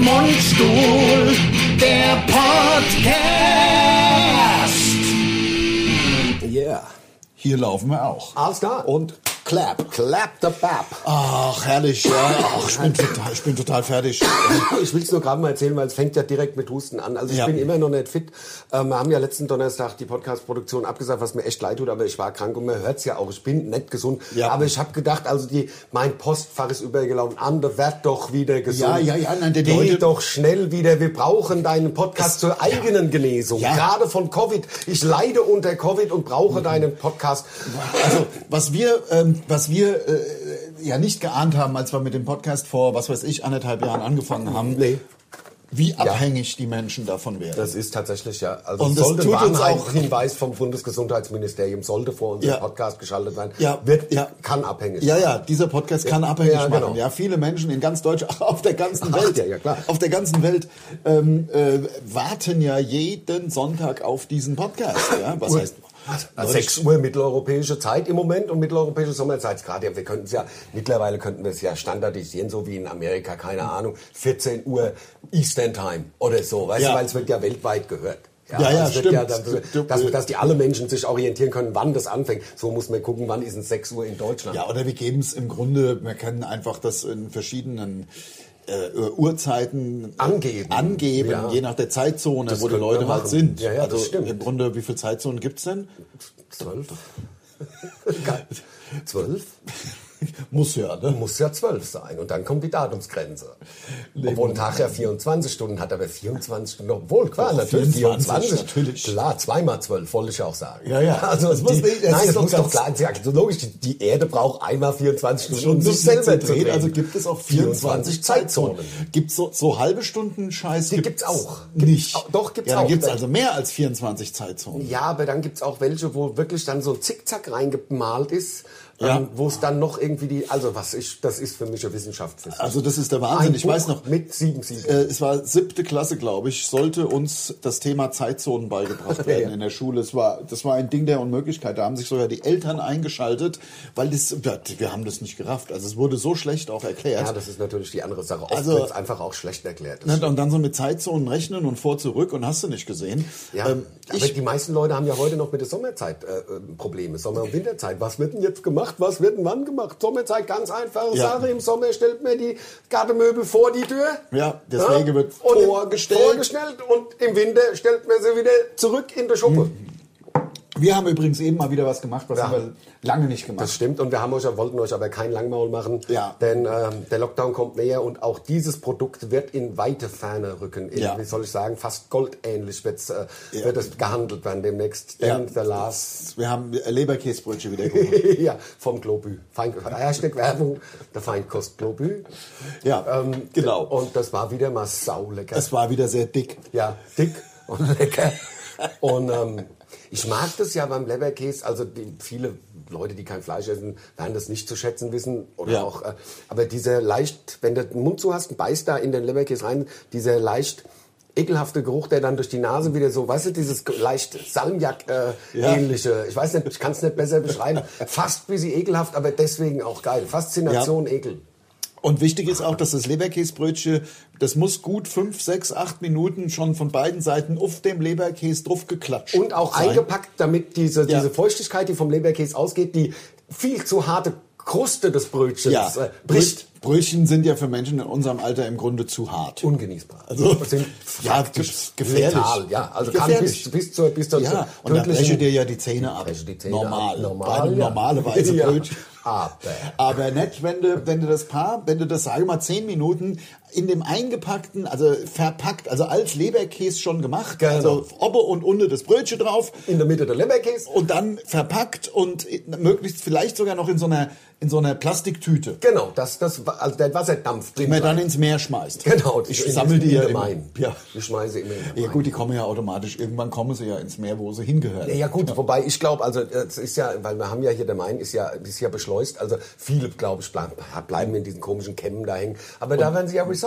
Mundstuhl, der Podcast. Yeah. Hier laufen wir auch. Alles klar. Und clap. Clap the bap. Ach, herrlich, ja. Ach, ich bin total, ich bin total fertig. Ich will es nur gerade mal erzählen, weil es fängt ja direkt mit Husten an. Also ich Ja. bin immer noch nicht fit. Ähm, wir haben ja letzten Donnerstag die Podcast-Produktion abgesagt, was mir echt leid tut, aber ich war krank und man hört es ja auch. Ich bin nicht gesund. Ja. Aber ich habe gedacht, also die, mein Postfach ist übergelaufen. Ander, werd doch wieder gesund. Ja, ja, ja, nein, die Geh Leute- doch schnell wieder. Wir brauchen deinen Podcast zur eigenen Genesung. Ja. Mhm. Gerade von Covid. Ich leide unter Covid und brauche deinen Podcast. Also, was wir, ähm, was wir äh, ja nicht geahnt haben, als wir mit dem Podcast vor, was weiß ich, anderthalb Jahren angefangen haben, Nee. wie abhängig die Menschen davon wären. Das ist tatsächlich ja. Also Und das sollte tut uns Warnheit- auch- Hinweis vom Bundesgesundheitsministerium sollte vor unserem Ja. Podcast geschaltet sein. Ja. Wird Ja. kann abhängig. Ja, ja, dieser Podcast kann abhängig ja, genau. machen. Ja, viele Menschen in ganz Deutschland, auf der ganzen Ach, Welt, ja, ja, klar. auf der ganzen Welt ähm, äh, warten ja jeden Sonntag auf diesen Podcast. Ja, was heißt? Also 6 Uhr mitteleuropäische Zeit im Moment und mitteleuropäische Sommerzeit gerade. Ja, wir könnten es ja mittlerweile könnten wir es ja standardisieren, so wie in Amerika, keine Mhm. Ahnung, 14 Uhr Eastern Time oder so, weißt Ja. du, weil es wird ja weltweit gehört. Ja, ja, es wird stimmt. Ja, dann, dass, dass die alle Menschen sich orientieren können, wann das anfängt. So muss man gucken, wann ist es 6 Uhr in Deutschland. Ja, oder wir geben es im Grunde, wir können einfach das in verschiedenen äh, Uhrzeiten Angeben. angeben, Ja. je nach der Zeitzone, Das wo die könnte Leute man halt machen. sind. Ja, ja, das also stimmt. im Grunde, wie viele Zeitzonen gibt's denn? 12? 12? Muss ja, ne? Muss ja 12 sein. Und dann kommt die Datumsgrenze. Obwohl ein Tag ja 24 Stunden hat, aber 24 Stunden, obwohl, klar, Doch, natürlich 24, 24. natürlich. Klar, zweimal 12, wollte ich auch sagen. Ja, ja. Also, Das die, muss nicht- das nein, ist das doch muss doch ganz- Also klar sein. Also Logisch, die, die Erde braucht einmal 24 Stunden, Stunden um sich selber zu drehen. Also gibt es auch 24 Zeitzonen. Gibt so, so halbe Stunden Scheiß? Die gibt's auch. Gibt's Nicht. auch- doch, gibt's ja, dann auch. gibt's also mehr als 24 Zeitzonen. Ja, aber dann gibt's auch welche, wo wirklich dann so ein Zickzack reingemalt ist, Ja. ähm, wo es dann noch irgendwie die, also was ich, das ist für mich eine Wissenschaft. Also das ist der Wahnsinn. Ich weiß noch, Mit sieben Siegen. äh, es war siebte Klasse, glaube ich, sollte uns das Thema Zeitzonen beigebracht werden ja. in der Schule. Es war, das war ein Ding der Unmöglichkeit. Da haben sich sogar die Eltern eingeschaltet, weil das, wir haben das nicht gerafft. Also es wurde so schlecht auch erklärt. Ja, das ist natürlich die andere Sache. Oft Äh, Also- wird's einfach auch schlecht erklärt. Das Ne, und dann so mit Zeitzonen rechnen und vor, zurück und hast du nicht gesehen. Ja, Ähm, aber die meisten Leute haben ja heute noch mit der Sommerzeit äh, äh, Probleme, Sommer- und Winterzeit. Was wird denn jetzt gemacht? Was wird denn wann gemacht? Sommerzeit, ganz einfache Ja. Sache. Im Sommer stellt man die Gartenmöbel vor die Tür. Ja, deswegen wird Und im- vorgestellt. vorgestellt. Und im Winter stellt man sie wieder zurück in die Schuppe. Hm. Wir haben übrigens eben mal wieder was gemacht, was Ja. haben wir lange nicht gemacht. Das stimmt. Und wir haben euch, wollten euch aber kein Langmaul machen. Ja. Denn ähm, der Lockdown kommt näher und auch dieses Produkt wird in weite Ferne rücken. In, Ja. Wie soll ich sagen, fast goldähnlich wird's, äh, Ja. wird es gehandelt werden demnächst. Denn Ja. der Lars Wir haben Leberkäsebrötchen wieder gemacht. ja, vom Globü. Feind, äh, Hashtag Werbung, der Feinkost Globü. Ja, Ähm, genau. Und das war wieder mal saulecker. Es war wieder sehr dick. ja, dick und lecker. und ähm, ich mag das ja beim Leberkäse, also die, viele Leute, die kein Fleisch essen, werden das nicht zu schätzen wissen. Oder Ja. auch, äh, aber dieser leicht, wenn du den Mund zu hast, beißt da in den Leberkäse rein, dieser leicht ekelhafte Geruch, der dann durch die Nase wieder so, weißt du, dieses leicht Ja. Salmiak-ähnliche, äh, ich weiß nicht, ich kann es nicht besser beschreiben, fast wie sie ekelhaft, aber deswegen auch geil. Faszination, Ekel. Und wichtig ist auch, dass das Leberkäsebrötchen, das muss gut fünf, sechs, acht Minuten schon von beiden Seiten auf dem Leberkäse draufgeklatscht Und auch sein. eingepackt, damit diese, Ja. diese Feuchtigkeit, die vom Leberkäse ausgeht, die viel zu harte Kruste des Brötchens Ja, äh, bricht. Bröt- Brötchen sind ja für Menschen in unserem Alter im Grunde zu hart. Ungenießbar. Also, Das sind ja, praktisch gefährlich. Letal, ja. Also kann Gefährlich. bis, bis zur, bis zur ja, zur und dann tödlichen- breche dir ja die Zähne ab. Breche die Zähne normal, ab. normal, ja. normale Weise Ja. Brötchen. Aber. Aber nicht, wenn du, wenn du das Paar, wenn du das, sage ich mal, zehn Minuten in dem eingepackten, also verpackt, also als Leberkäse schon gemacht, Genau. also obbe und unten das Brötchen drauf In der Mitte der Leberkäse. und dann verpackt und möglichst vielleicht sogar noch in so einer, in so einer Plastiktüte, Genau, das, das, wa- also der Wasserdampf die drin. man bleibt. dann ins Meer schmeißt. Genau, ich in- sammle die in ja der immer. Main. Ja. Ich schmeiße immer in der Ja Main. gut, die kommen ja automatisch. Irgendwann kommen sie ja ins Meer, wo sie hingehören. Ja, ja gut, wobei ich glaube, also es ist ja, weil wir haben ja hier der Main ist ja ist ja beschleust, also viele glaube ich bleiben, bleiben in diesen komischen Kämmen da hängen, aber da werden sie ja recycelt.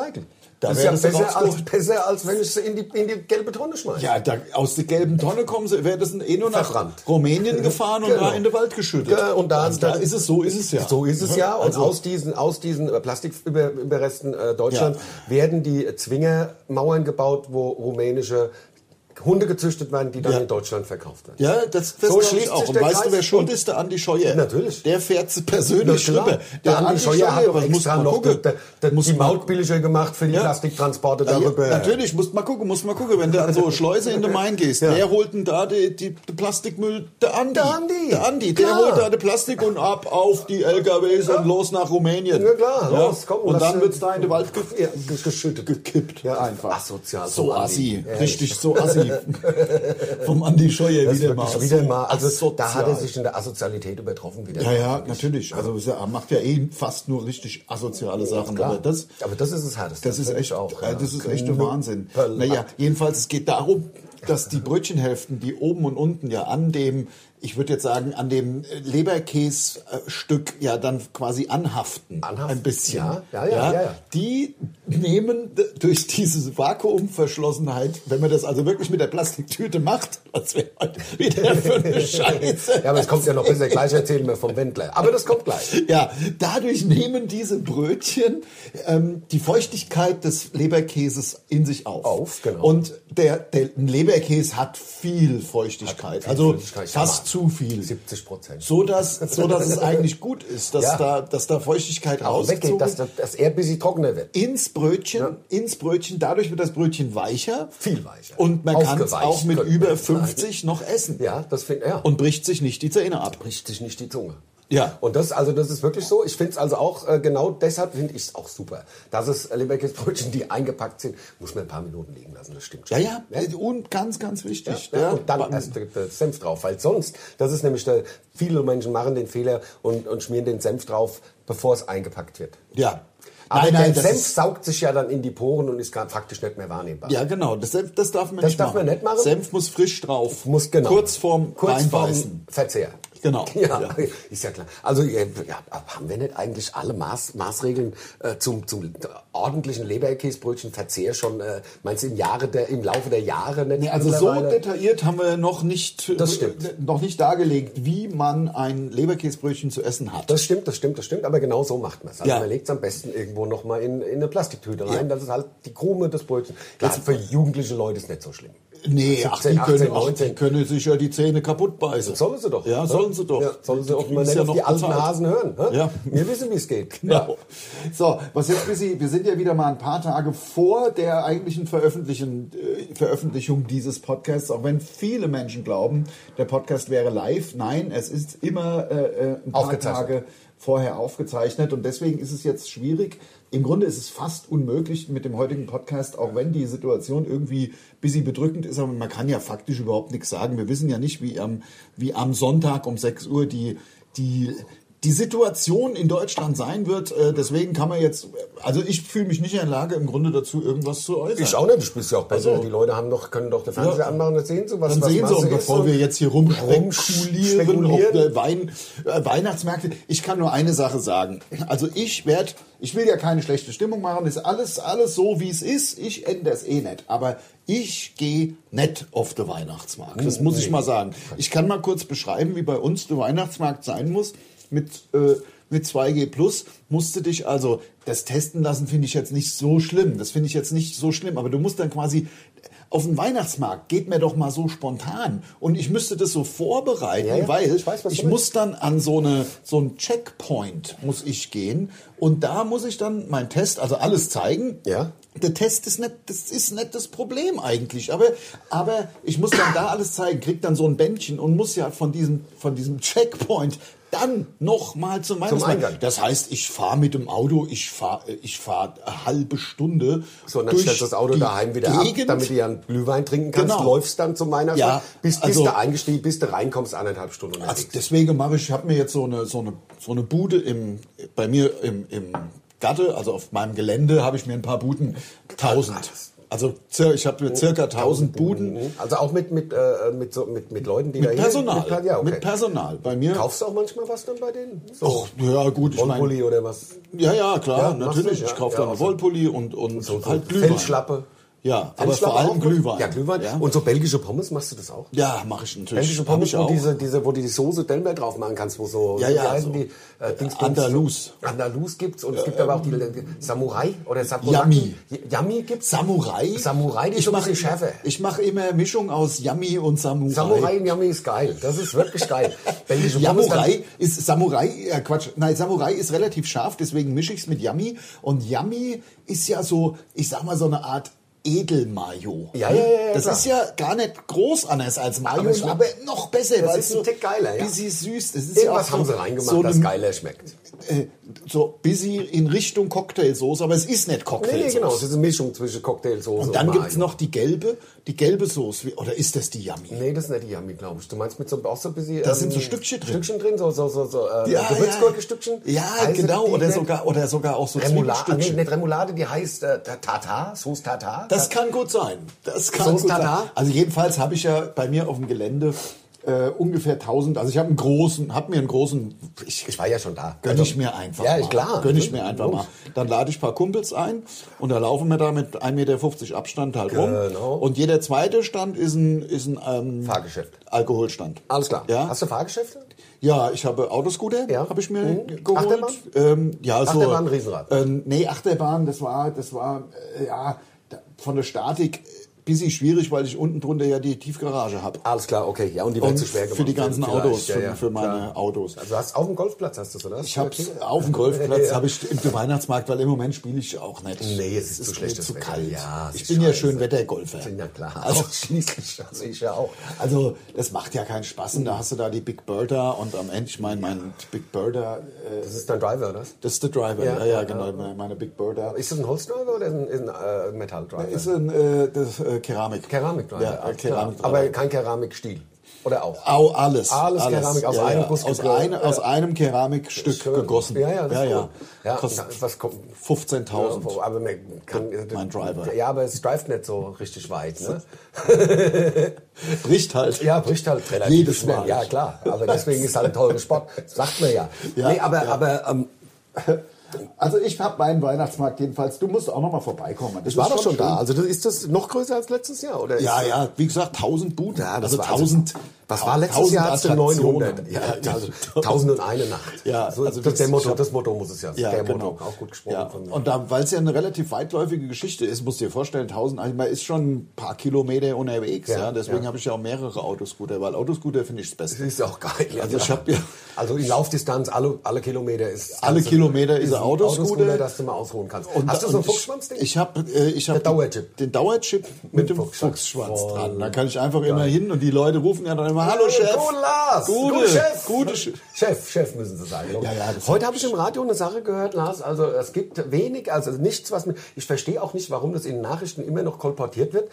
Da das ist ja werden sie besser als, rausgeholt. besser als wenn ich sie in die in die gelbe Tonne schmeiße. Ja, da, aus der gelben Tonne kommen sie, wäre das eh nur nach Verbrannt. Rumänien gefahren und Genau. da in den Wald geschüttet. Ja, und da- Also da ist es, so ist es ja. So ist es ja. Und Also- aus diesen, aus diesen äh, oder Plastiküberresten äh, Deutschland werden die Zwingermauern gebaut, wo rumänische Hunde gezüchtet werden, die dann Ja. in Deutschland verkauft werden. Ja, das, das So glaube schließt ich auch. sich Und der weißt Kreis du, wer schuld und- ist? Der Andi Scheuer. Natürlich. Der fährt Na persönlich klar, rüber. Der Andi Scheuer hat doch was muss extra man noch gucken? der, der, Muss die man- Maut billiger gemacht für die Ja. Plastiktransporte Ja, darüber. natürlich, musst mal gucken, musst mal gucken, wenn du an so eine Schleuse in den Main gehst, wer holt denn da die, die, die Plastikmüll? Der Andi. Der Andi. Der Andi, der Klar. holt da die Plastik und ab auf die LKWs und los nach Rumänien. Ja, klar, los, komm, Und lass- dann wird's da in den Wald ge Ja, ge- geschüttet. gekippt. Ja, einfach. asozial, So so assi, Andi. Ja. richtig so assi. Vom Andi Scheuer Das ist wieder mal. wirklich wieder mal. Also da asozial. hat er sich in der Asozialität übertroffen wieder. Ja, ja, natürlich. Also es macht ja eh fast nur richtig asoziale Sachen. Klar. Aber das, aber das ist es halt. Das, das ist finde ich echt, auch, ja. das ist echt der Wahnsinn. Knüppel- Naja, jedenfalls, es geht darum, dass die Brötchenhälften, die oben und unten ja an dem, ich würde jetzt sagen, an dem äh, Leberkässtück ja dann quasi anhaften. Anhaften, Ein bisschen. ja, ja, ja, ja, ja. Die nehmen d- durch diese Vakuumverschlossenheit, wenn man das also wirklich mit der Plastiktüte macht, was wäre heute wieder für eine Scheiße. Ja, aber es kommt ja noch besser. Gleich erzählen wir vom Wendler. Aber das kommt gleich. Ja, dadurch nehmen diese Brötchen ähm, die Feuchtigkeit des Leberkäses in sich auf. Auf, genau. Und der, der ein Leberkäse hat viel Feuchtigkeit, viel also Feuchtigkeit, fast ja. zu viel. 70 Prozent. So dass, so dass es eigentlich gut ist, dass Ja. da, dass da Feuchtigkeit rausgezogen Weggeht, dass, dass, dass er ein bisschen trockener wird. ins Brötchen, ins Brötchen. Dadurch wird das Brötchen weicher. Viel weicher. Und man kann es Aufgeweicht, auch mit könnte über man sagen. 50 noch essen. Ja, das finde ja. Und bricht sich nicht die Zähne ab. bricht sich nicht die Zunge. Ja. Und das, also das ist wirklich so. Ich finde es also auch, äh, genau deshalb finde ich es auch super. Dass es Leberkäsebrötchen, die eingepackt sind, muss man ein paar Minuten liegen lassen, das stimmt schon. Ja, ja. Und ganz, ganz wichtig. Ja, ja. Und dann erst der- der Senf drauf, weil sonst, das ist nämlich der, viele Menschen machen den Fehler und, und schmieren den Senf drauf, bevor es eingepackt wird. Ja. Aber der das Senf ist- saugt sich ja dann in die Poren und ist gar, praktisch nicht mehr wahrnehmbar. Ja, genau. Das, Senf, das darf man Das nicht darf machen. man nicht machen? Senf muss frisch drauf. Muss genau. Kurz vorm Kurz vorm Reinbeißen. Verzehr. Genau. Ja, Ja. ist ja klar. Also ja, ja, haben wir nicht eigentlich alle Maß, Maßregeln äh, zum, zum ordentlichen Leberkäsebrötchenverzehr schon, äh, meinst du, im, Jahre der, im Laufe der Jahre? Nicht Nee, also so mittlerweile? detailliert haben wir noch nicht, Das stimmt. noch nicht dargelegt, wie man ein Leberkäsbrötchen zu essen hat. Das stimmt, das stimmt, das stimmt, aber genau so macht man es. Also Ja. man legt es am besten irgendwo nochmal in, in eine Plastiktüte rein, das ist halt die Krume des Brötchens. Klar, für jugendliche Leute ist nicht so schlimm. nee, ach, die, 17, 18, können, ach, die 19. können sich ja die Zähne kaputt beißen. Sollen sie doch. Ja, ne? sollen sie doch. Ja, sollen sie auch Die mal ist nicht ja auf noch die alten bezahlt. Hasen hören. ne? Ja. Wir wissen, wie es geht. Genau. So, was jetzt, Bissi, wir sind ja wieder mal ein paar Tage vor der eigentlichen Veröffentlichen, äh, Veröffentlichung dieses Podcasts, auch wenn viele Menschen glauben, der Podcast wäre live. Nein, es ist immer äh, äh, ein paar Aufgezeichnet. Tage vorher aufgezeichnet und deswegen ist es jetzt schwierig. Im Grunde ist es fast unmöglich mit dem heutigen Podcast, auch wenn die Situation irgendwie ein bisschen bedrückend ist, aber man kann ja faktisch überhaupt nichts sagen. Wir wissen ja nicht, wie am, wie am Sonntag um 6 Uhr die, die, die Situation in Deutschland sein wird. Äh, Deswegen kann man jetzt, also ich fühle mich nicht in der Lage, im Grunde dazu irgendwas zu äußern. Ich auch nicht, ich bin ja auch besser. Also- die Leute haben doch, können doch den Fernseher Ja. anmachen, dann sehen sie, was Dann was sehen Sie, Masse und ist bevor und- wir jetzt hier rumspekulieren, ob Rumspekulieren. der Wein, äh, Weihnachtsmärkte, ich kann nur eine Sache sagen. Also ich werde, ich will ja keine schlechte Stimmung machen, ist alles, alles so, wie es ist. Ich ändere es eh nicht. Aber ich gehe nicht auf den Weihnachtsmarkt. Das muss ich mal sagen. Ich kann mal kurz beschreiben, wie bei uns der Weihnachtsmarkt sein muss. Mit, äh, mit 2G Plus musst du dich also, das testen lassen finde ich jetzt nicht so schlimm. Das finde ich jetzt nicht so schlimm. Aber du musst dann quasi auf den Weihnachtsmarkt geht mir doch mal so spontan und ich müsste das so vorbereiten, Ja, ja. weil ich, Ich weiß, was du meinst. muss dann an so eine so ein Checkpoint muss ich gehen und da muss ich dann meinen Test, also alles zeigen. Ja. Der Test ist nicht, das ist nicht das Problem eigentlich, aber aber ich muss dann da alles zeigen, krieg dann so ein Bändchen und muss ja von diesem von diesem Checkpoint dann noch mal zum Weihnachtsmarkt. Eingang. Das heißt, ich fahre mit dem Auto, ich fahre ich fahr eine halbe Stunde So, und dann durch stellst du das Auto die daheim wieder ab, Gegend. damit du ja einen Glühwein trinken kannst, Genau. läufst dann zum Weihnachtsmarkt, Ja, bis, bis also- du eingestiegen bist, du reinkommst, eineinhalb Stunden Also unterwegs. deswegen mache ich, ich habe mir jetzt so eine, so eine, so eine Bude im, bei mir im, im Gatte, also auf meinem Gelände, habe ich mir ein paar Buden. Tausend. Also zir- ich habe mir circa tausend Buden. Mhm. Also auch mit, mit, äh, mit, so, mit, mit Leuten, die da Mit hier- Personal. Mit, ja, okay. Mit Personal. Bei mir. Kaufst du auch manchmal was dann bei denen? Och, ja gut, ich meine, Wollpulli oder was? ja, ja, klar, Ja, machst natürlich. du, Ich ja, kaufe ja, da eine auch so. Wollpulli und, und So, so halt Glühwein. Fellschlappe. Ja, aber Fenchler vor allem auch mit- Glühwein. Ja, Glühwein. Ja. Und so belgische Pommes, machst du das auch? Ja, mache ich natürlich. Belgische Hab Pommes, ich wo, auch. diese, diese, wo du die Soße Delmer drauf machen kannst, wo so, Ja, wie ja, heißen so. die? Äh, Dingsbums? Andalus. ähm, Andalus gibt's und es gibt aber auch die, die Samurai oder Samurai. Yummy. Yummi gibt's. Samurai. Samurai, die ist so ein bisschen schärfer. Ich mache immer Mischung aus Yummy und Samurai. Samurai und Yummy ist geil. Das ist wirklich geil. Belgische Pommes. dann- Samurai ist Samurai, äh Quatsch, nein, Samurai ist relativ scharf, deswegen mische ich es mit Yummy. Und Yummy ist ja so, ich sag mal, so eine Art Edelmayo. Ne? Ja, ja, ja, ja, Das klar. ist ja gar nicht groß anders als Mayo, Aber es aber, schmeckt- noch besser, Das weil ist es ein so Tick geiler, ja. busy süß. Das ist Irgendwas ja auch haben so, sie reingemacht, so das eine- geiler schmeckt. äh, so busy in Richtung Cocktailsoße, aber es ist nicht Cocktailsoße. Nee, nee, genau. Es ist eine Mischung zwischen Cocktailsoße Und dann Mayo. gibt es noch die gelbe, die gelbe Soße. Wie- Oder ist das die Yummy? Nee, das ist nicht die Yummy, glaube ich. Du meinst mit so auch so ein bisschen. ähm, Da sind so Stückchen drin. Stückchen drin, so, so, so, so äh, Ja, Gewürzgurke-Stückchen. Ja, ja Heißen genau. die Oder nicht? sogar, oder sogar auch so Remoulade, ah, nee, Zwiebelstückchen. nicht Remoulade, die heißt äh, Ta- Tatar, Sauce Tatar. Das kann gut sein. Das kann Soße gut Tatar? sein. Also jedenfalls habe ich ja bei mir auf dem Gelände äh, ungefähr 1000. Also ich habe einen großen, habe mir einen großen. Ich, ich war ja schon da. Also, gönne ich mir einfach Ja, mal. ist klar. Gönne ich mir einfach mal. Dann lade ich ein paar Kumpels ein und da laufen wir da mit 1,50 Meter Abstand halt Genau. rum. Und jeder zweite Stand ist ein, ist ein ähm, Fahrgeschäft. Alkoholstand. Alles klar. Ja. Hast du Fahrgeschäfte? Ja, ich habe Autoscooter, Ja. habe ich mir Mhm. geholt. Achterbahn? Ähm, ja, so, Achterbahn, Riesenrad. Ähm, nee, Achterbahn, das war, das war äh, ja, da, von der Statik ein bisschen schwierig, weil ich unten drunter ja die Tiefgarage habe. Alles klar, okay. Ja, und die werden Und zu schwer gemacht. ne? für die ganzen Vielleicht, Autos, ja, für, ja, für meine klar. Autos. Also hast auf dem Golfplatz hast du es, oder? Ich hab's auf dem Golfplatz, Ja. habe ich im Weihnachtsmarkt, weil im Moment spiele ich auch nicht. Nee, es ist zu mir schlechtes zu Wetter. kalt. Ja, es ich ist bin ja scheiße. schön Wettergolfer. Ja, klar. Also, schließlich. Also ich ja auch. Also, das macht ja keinen Spaß. Und da hast du da die Big Birder und am Ende, ich meine, mein Big Birder, äh, Das ist dein Driver, oder? Das ist der Driver, ja, Ja, ja, ja, genau, meine- meine Big Birder. Ist das ein Holzdriver oder ist ein, ist ein äh, Metalldriver? Ist ein äh, das, äh, Keramik. Keramikdriver. Ja, äh, alles klar. Keramik. Ah, Aber kein Keramikstiel. Oder auch. Au, alles. Alles Keramik, aus einem Guss aus, gegossen. eine, aus Ja. einem Keramikstück gegossen. Ja, ja, das ja, ist ja. gut. ja. Kostet na, was kommt? 15.000. Aber man kann, Mein Driver. Ja, aber es drivet nicht so richtig weit. Ne? Bricht halt. Ja, bricht halt relativ Jedes schnell. Mal. Ja, klar. Aber deswegen ist halt ein teurer Sport. Das sagt man ja. Ja, nee, aber, ja. aber ähm, Also ich habe meinen Weihnachtsmarkt jedenfalls. Du musst auch noch mal vorbeikommen. Das ich war ist doch schon da. schön. Also das, ist das noch größer als letztes Jahr? Oder ist Ja, ja, wie gesagt, 1000 Buden. Ja, das also war 1000. was war letztes Jahr? Hast du 900. Ja, Ja, also ja. 1001 Nacht. Ja, so, also das, das- der ich Motto, hab- das Motto muss es ja. Ja, der genau. Motto, auch gut gesprochen ja. von mir. Und da, weil es ja eine relativ weitläufige Geschichte ist, musst du dir vorstellen, 1000, also man ist schon ein paar Kilometer unterwegs. Ja, Ja, Deswegen ja. habe ich ja auch mehrere Autoscooter, weil Autoscooter finde ich das Beste. Das ist auch geil. Ja, Also ich klar. hab ja- also die Laufdistanz, alle, alle Kilometer ist Alle kannst du- Kilometer ist ein ein Autoscooter. dass du mal ausruhen kannst. Und Hast da- du so ein und ich- Fuchsschwanzding? Ich habe äh, ich hab Der Dauerchip. den Dauerchip mit dem Fuchsschwanz. Fuchsschwanz Voll dran. Da kann ich einfach immer hin und die Leute rufen ja dann immer, hallo Hallo Chef. Lars. Gute, Gute Chef. Gute Chef. Chef, Chef müssen Sie sagen. Ja, ja, das Heute habe ich im Radio eine Sache gehört, Lars. Also es gibt wenig, also nichts, was mir. Ich verstehe auch nicht, warum das in den Nachrichten immer noch kolportiert wird.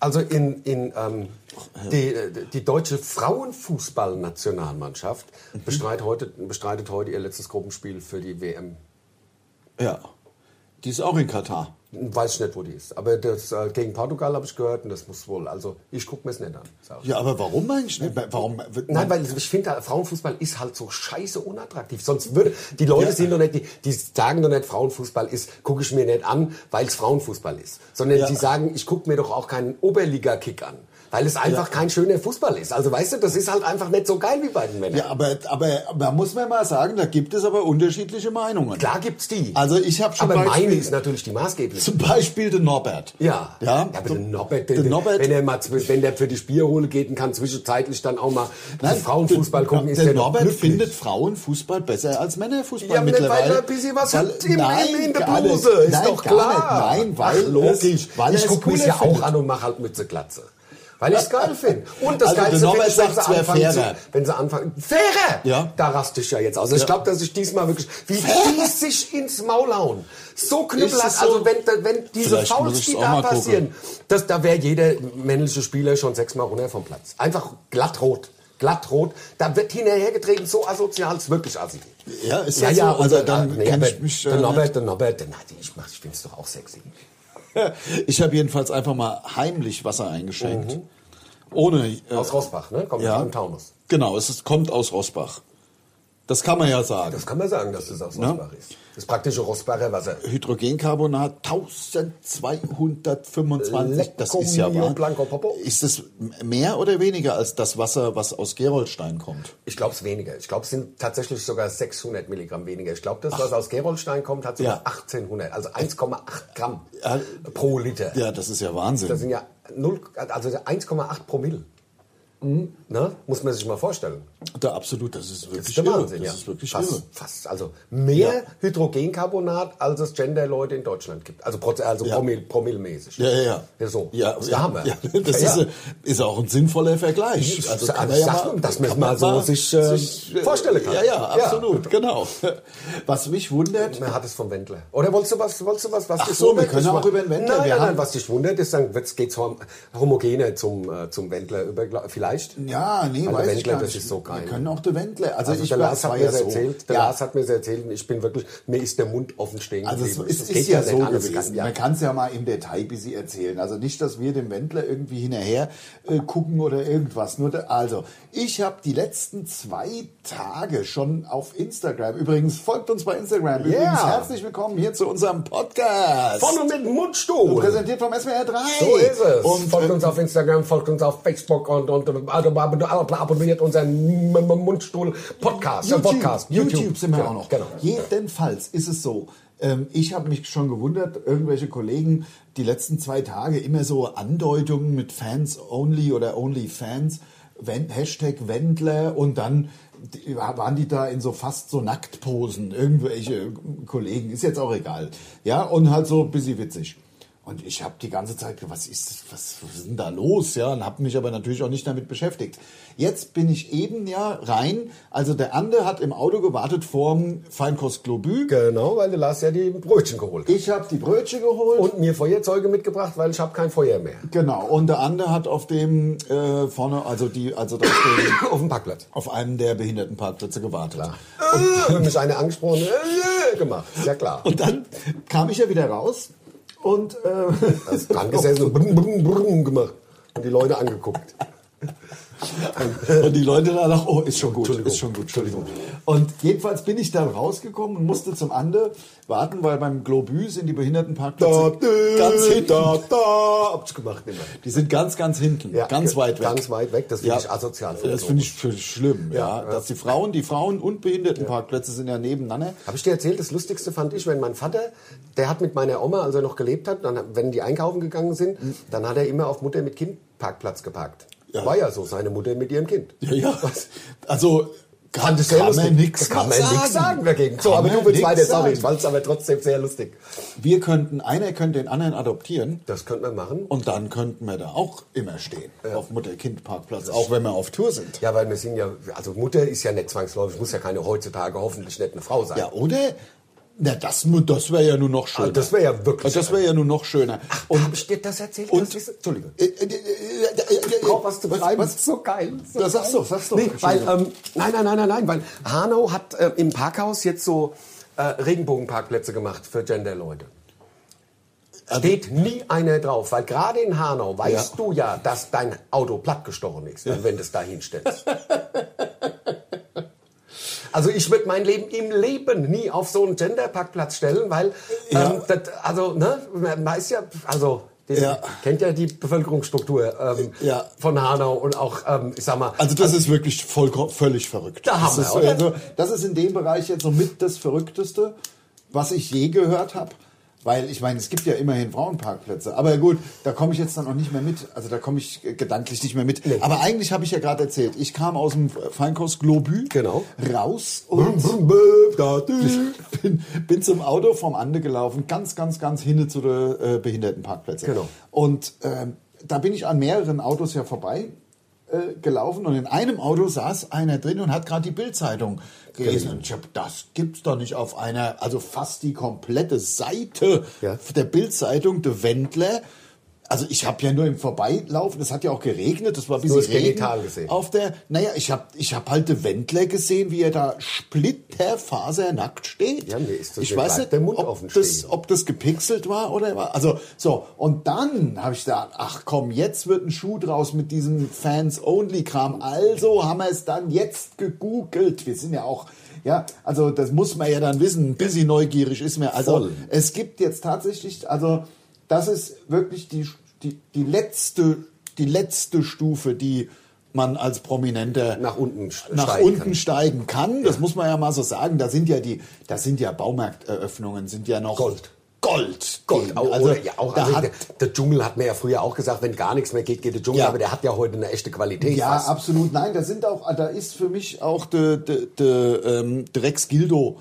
Also in, in ähm, die, äh, die deutsche Frauenfußballnationalmannschaft Mhm. bestreitet heute, bestreitet heute ihr letztes Gruppenspiel für die WM. Ja, die ist auch in Katar. Weiß ich nicht, wo die ist. Aber das äh, gegen Portugal habe ich gehört und das muss wohl. Also ich gucke mir es nicht an. Sag ich. Ja, aber warum eigentlich? nicht? Warum? Nein, weil ich finde, Frauenfußball ist halt so scheiße unattraktiv. Sonst würde die Leute Ja. sind doch nicht, die, die sagen doch nicht, Frauenfußball ist, gucke ich mir nicht an, weil es Frauenfußball ist, sondern Ja. die sagen, ich gucke mir doch auch keinen Oberliga-Kick an, weil es einfach kein schöner Fußball ist. Also weißt du, das ist halt einfach nicht so geil wie bei den Männern. Ja, aber, aber da muss man mal sagen, da gibt es aber unterschiedliche Meinungen. Klar gibt's die. Also ich habe schon aber meine Beispiel- ist natürlich die maßgebliche. zum Beispiel den Norbert. Ja. Ja, aber der Norbert, der, der Norbert- wenn, er mal, zw- wenn der für die Spielhole geht und kann zwischenzeitlich dann auch mal Nein, Frauenfußball der- gucken, der, ist der, der doch Norbert glücklich. findet Frauenfußball besser als Männerfußball Ja, aber nicht, weil mittlerweile. er ein bisschen was hat im- im- in der gar nicht. Bluse, ist nein, doch gar klar. Nicht. Nein, weil Ach, logisch. Es, weil ich er gucke es mich ja auch findet. an und mache halt Mütze Glatze. Weil ich es geil finde. Und das Also der Geilste Norbert finde ich, sagt, wenn sie, es wär anfangen fairer. zu, wenn sie anfangen... Fairer! Ja. Da raste ich ja jetzt aus. Also Ich glaube, dass ich diesmal wirklich... Wie die sich ins Maul hauen. So knüppelhaft. Ist es so? Also wenn, wenn diese Vielleicht muss Fouls, ich's die auch da mal gucken. passieren, das, da wäre jeder männliche Spieler schon sechsmal runter vom Platz. Einfach glatt rot. Glatt rot. Da wird hinterhergetreten, so asozial, ist wirklich assi. Ja, ist Ja, das ja, so? Also und dann ah, nee, kann aber ich mich, Der äh, Norbert, der Norbert, der, na, die- ich, mach- ich find's doch auch sexy. Ich habe jedenfalls einfach mal heimlich Wasser eingeschenkt. Ohne. äh, Aus Rosbach, ne? Kommt ja. aus dem Taunus. Genau, es ist, kommt aus Rosbach. Das kann man ja sagen. Das kann man sagen, dass das aus Rosbach ist. Das praktische Rosbacher Wasser. Hydrogencarbonat 1225. das Lecco ist ja mio wahr. blanco popo. Ist das mehr oder weniger als das Wasser, was aus Gerolstein kommt? Ich glaube es weniger. Ich glaube es sind tatsächlich sogar 600 Milligramm weniger. Ich glaube das, was aus Gerolstein kommt, hat sogar Ja. 1800, also 1,8 Gramm pro Liter. Ja, das ist ja Wahnsinn. Das sind ja 0, also 1,8 Promille. Ne? Muss man sich mal vorstellen. da absolut, das ist Das wirklich ist der irre. Wahnsinn, das ja. ist wirklich irre. fast, fast, also mehr Ja. Hydrogencarbonat, als es Genderleute in Deutschland gibt. Also, proz- also Ja. Promille, promillemäßig. Ja, ja, ja. Ja, so. Ja, Das ja, haben wir. ja, das Ja, ist, ja. äh, ist auch ein sinnvoller Vergleich. Also Ich sag- sag mal, dass man es mal so sich, äh, vorstellen kann. Ja, ja, Ja. absolut, genau. Was mich wundert, Man hat es vom Wendler. Oder wolltest du was? Wolltest du was, was Ach dich so, wir wundert? können Ich auch mach- über den Wendler. Nein, Wir nein, haben- nein, was dich wundert, ist dann geht es hom homogener zum, äh, zum Wendler über, gla- vielleicht. ja, nee, Aber weiß ich Also Wendler, gar das nicht. ist so geil. Wir können auch der Wendler. Also, Also ich der war- Lars war hat mir ja das so. erzählt, der ja. Lars hat mir das erzählt und ich bin wirklich, mir ist der Mund offen stehen Also es geblieben. ist, geht ist ja, nicht so anders. gewesen. Ja. Man kann es ja mal im Detail ein bisschen erzählen. Also nicht, dass wir dem Wendler irgendwie hinterher äh, gucken oder irgendwas. Nur da, also, ich habe die letzten zwei Tage schon auf Instagram. Übrigens, folgt uns bei Instagram. Übrigens, herzlich willkommen hier zu unserem Podcast. Von und mit Mundstuhl. Präsentiert vom SWR 3. So ist es. Und folgt äh, uns auf Instagram, folgt uns auf Facebook und, und, und also, ab- abonniert unseren M- M- Mundstuhl-Podcast. Ja, Podcast. YouTube, sind wir auch noch. Genau. Jedenfalls ist es so. Ähm, ich habe mich schon gewundert, irgendwelche Kollegen die letzten zwei Tage immer so Andeutungen mit Fans Only oder Only Fans, Wen- Hashtag Wendler und dann die- waren die da in so fast so Nacktposen, irgendwelche Kollegen, ist jetzt auch egal. Ja, und halt so ein bisschen witzig. Und ich habe die ganze Zeit gedacht, was ist das, was, was ist denn da los? Ja, und habe mich aber natürlich auch nicht damit beschäftigt. Jetzt bin ich eben ja rein. Also der Ande hat im Auto gewartet vorm Feinkost Globü. Genau, weil du Lars ja die Brötchen geholt. Ich habe die Brötchen geholt. Und mir Feuerzeuge mitgebracht, weil ich habe kein Feuer mehr. genau. Und der Ande hat auf dem äh, vorne, also die, also auf, dem, Auf dem Parkplatz. auf einem der Behindertenparkplätze gewartet. Äh, mich eine angesprochen äh, gemacht. Ist ja klar. Und dann kam ich ja wieder raus und äh, Also dran gesessen und brumm, brumm, brumm gemacht. Und die Leute angeguckt. Und die Leute danach, oh, ist schon gut, Entschuldigung. ist schon gut, Entschuldigung. Und jedenfalls bin ich dann rausgekommen und musste zum Ande warten, weil beim Globü sind die Behindertenparkplätze ganz hinten. da, da, hab's gemacht immer. Die sind ganz, ganz hinten, Ja, ganz ge- weit weg. ganz weit weg, das finde ich asozial. Das finde ich, find ich schlimm, ja. Ja, ja. Dass die Frauen, die Frauen und Behindertenparkplätze sind ja nebeneinander. Habe ich dir erzählt, das Lustigste fand ich, wenn mein Vater, der hat mit meiner Oma, als er noch gelebt hat, dann, wenn die einkaufen gegangen sind, dann hat er immer auf Mutter mit Kind Parkplatz geparkt. Ja. War ja so, seine Mutter mit ihrem Kind. Ja, ja. Also, kann, Das ist sehr kann lustig. man nichts kann man sagen. nichts sagen dagegen. So, Kann aber du man willst nix weiter, sorry, sagen. ich fand es aber trotzdem sehr lustig. Wir könnten, einer könnte den anderen adoptieren. Das könnte man machen. Und dann könnten wir da auch immer stehen, auf Mutter-Kind-Parkplatz, auch wenn wir auf Tour sind. Ja, weil wir sind ja, also Mutter ist ja nicht zwangsläufig, muss ja keine heutzutage hoffentlich nicht eine Frau sein. Ja, oder? Na, das, mu- das wäre ja nur noch schöner. Ah, das wäre ja wirklich- Das wäre ja nur noch schöner. Und hab ich dir das erzählt? und- das ist, Entschuldigung. Äh, äh, äh, äh, äh, äh, Brauch was zu schreiben. was- so geil. So Ja, sag's doch, sag's doch. Nee, weil, Entschuldigung. ähm, nein, nein, nein, nein, nein, weil Hanau hat äh, im Parkhaus jetzt so äh, Regenbogenparkplätze gemacht für Genderleute. Steht nie einer drauf, weil gerade in Hanau weißt Also Ja. du ja, dass dein Auto plattgestochen ist, wenn du es da hinstellst. Also ich würde mein Leben im Leben nie auf so einen Genderparkplatz stellen, weil ähm, das, also ne, man weiß ja, also die, Ja. kennt ja die Bevölkerungsstruktur ähm, Ja. von Hanau und auch, ähm, ich sag mal, Also das ist wirklich vollkommen völlig verrückt. Da haben das, ist, wir, oder? also, das ist in dem Bereich jetzt so mit das Verrückteste, was ich je gehört habe. Weil ich meine, es gibt ja immerhin Frauenparkplätze. Aber gut, da komme ich jetzt dann auch nicht mehr mit. Also da komme ich äh, gedanklich nicht mehr mit. Aber eigentlich habe ich ja gerade erzählt, ich kam aus dem Feinkost Globü Genau. raus und bin, bin zum Auto vom Ande gelaufen, ganz, ganz, ganz hinne zu der äh, Behindertenparkplätze. Genau. Und ähm, da bin ich an mehreren Autos ja vorbei äh, gelaufen und in einem Auto saß einer drin und hat gerade die Bildzeitung gelesen. Genau. Und ich habe, das gibt's doch nicht auf einer, also fast die komplette Seite Ja. der Bildzeitung, der Wendler. Also ich habe ja nur im Vorbeilaufen, es hat ja auch geregnet, das war ein Nur bisschen das Regen Genital gesehen. auf der, naja, ich habe ich hab halt den Wendler gesehen, wie er da splitterfasernackt steht. Ja, mir ist das ich mir weiß bleibt nicht, der Mund ob, offen das, stehen. ob das gepixelt war oder war. Also so, und dann habe ich gedacht, ach komm, jetzt wird ein Schuh draus mit diesem Fans-Only-Kram. Also haben wir es dann jetzt gegoogelt. Wir sind ja auch Ja, also das muss man ja dann wissen. Ein bisschen neugierig ist mir. Also Voll. es gibt jetzt tatsächlich, also das ist wirklich die, die, die, letzte, die letzte Stufe, die man als Prominenter Nach unten sch- nach steigen unten kann. steigen kann. Das muss man ja mal so sagen. Da sind ja die, da sind ja Baumarkteröffnungen, sind ja noch Gold. Gold, Gold, auch, also, oder, ja, auch, da also hat, der, der Dschungel hat mir ja früher auch gesagt, wenn gar nichts mehr geht, geht der Dschungel, Ja. aber der hat ja heute eine echte Qualität. Ja, fast. absolut. Nein, da sind auch, da ist für mich auch der de, de, ähm, der Rex Gildo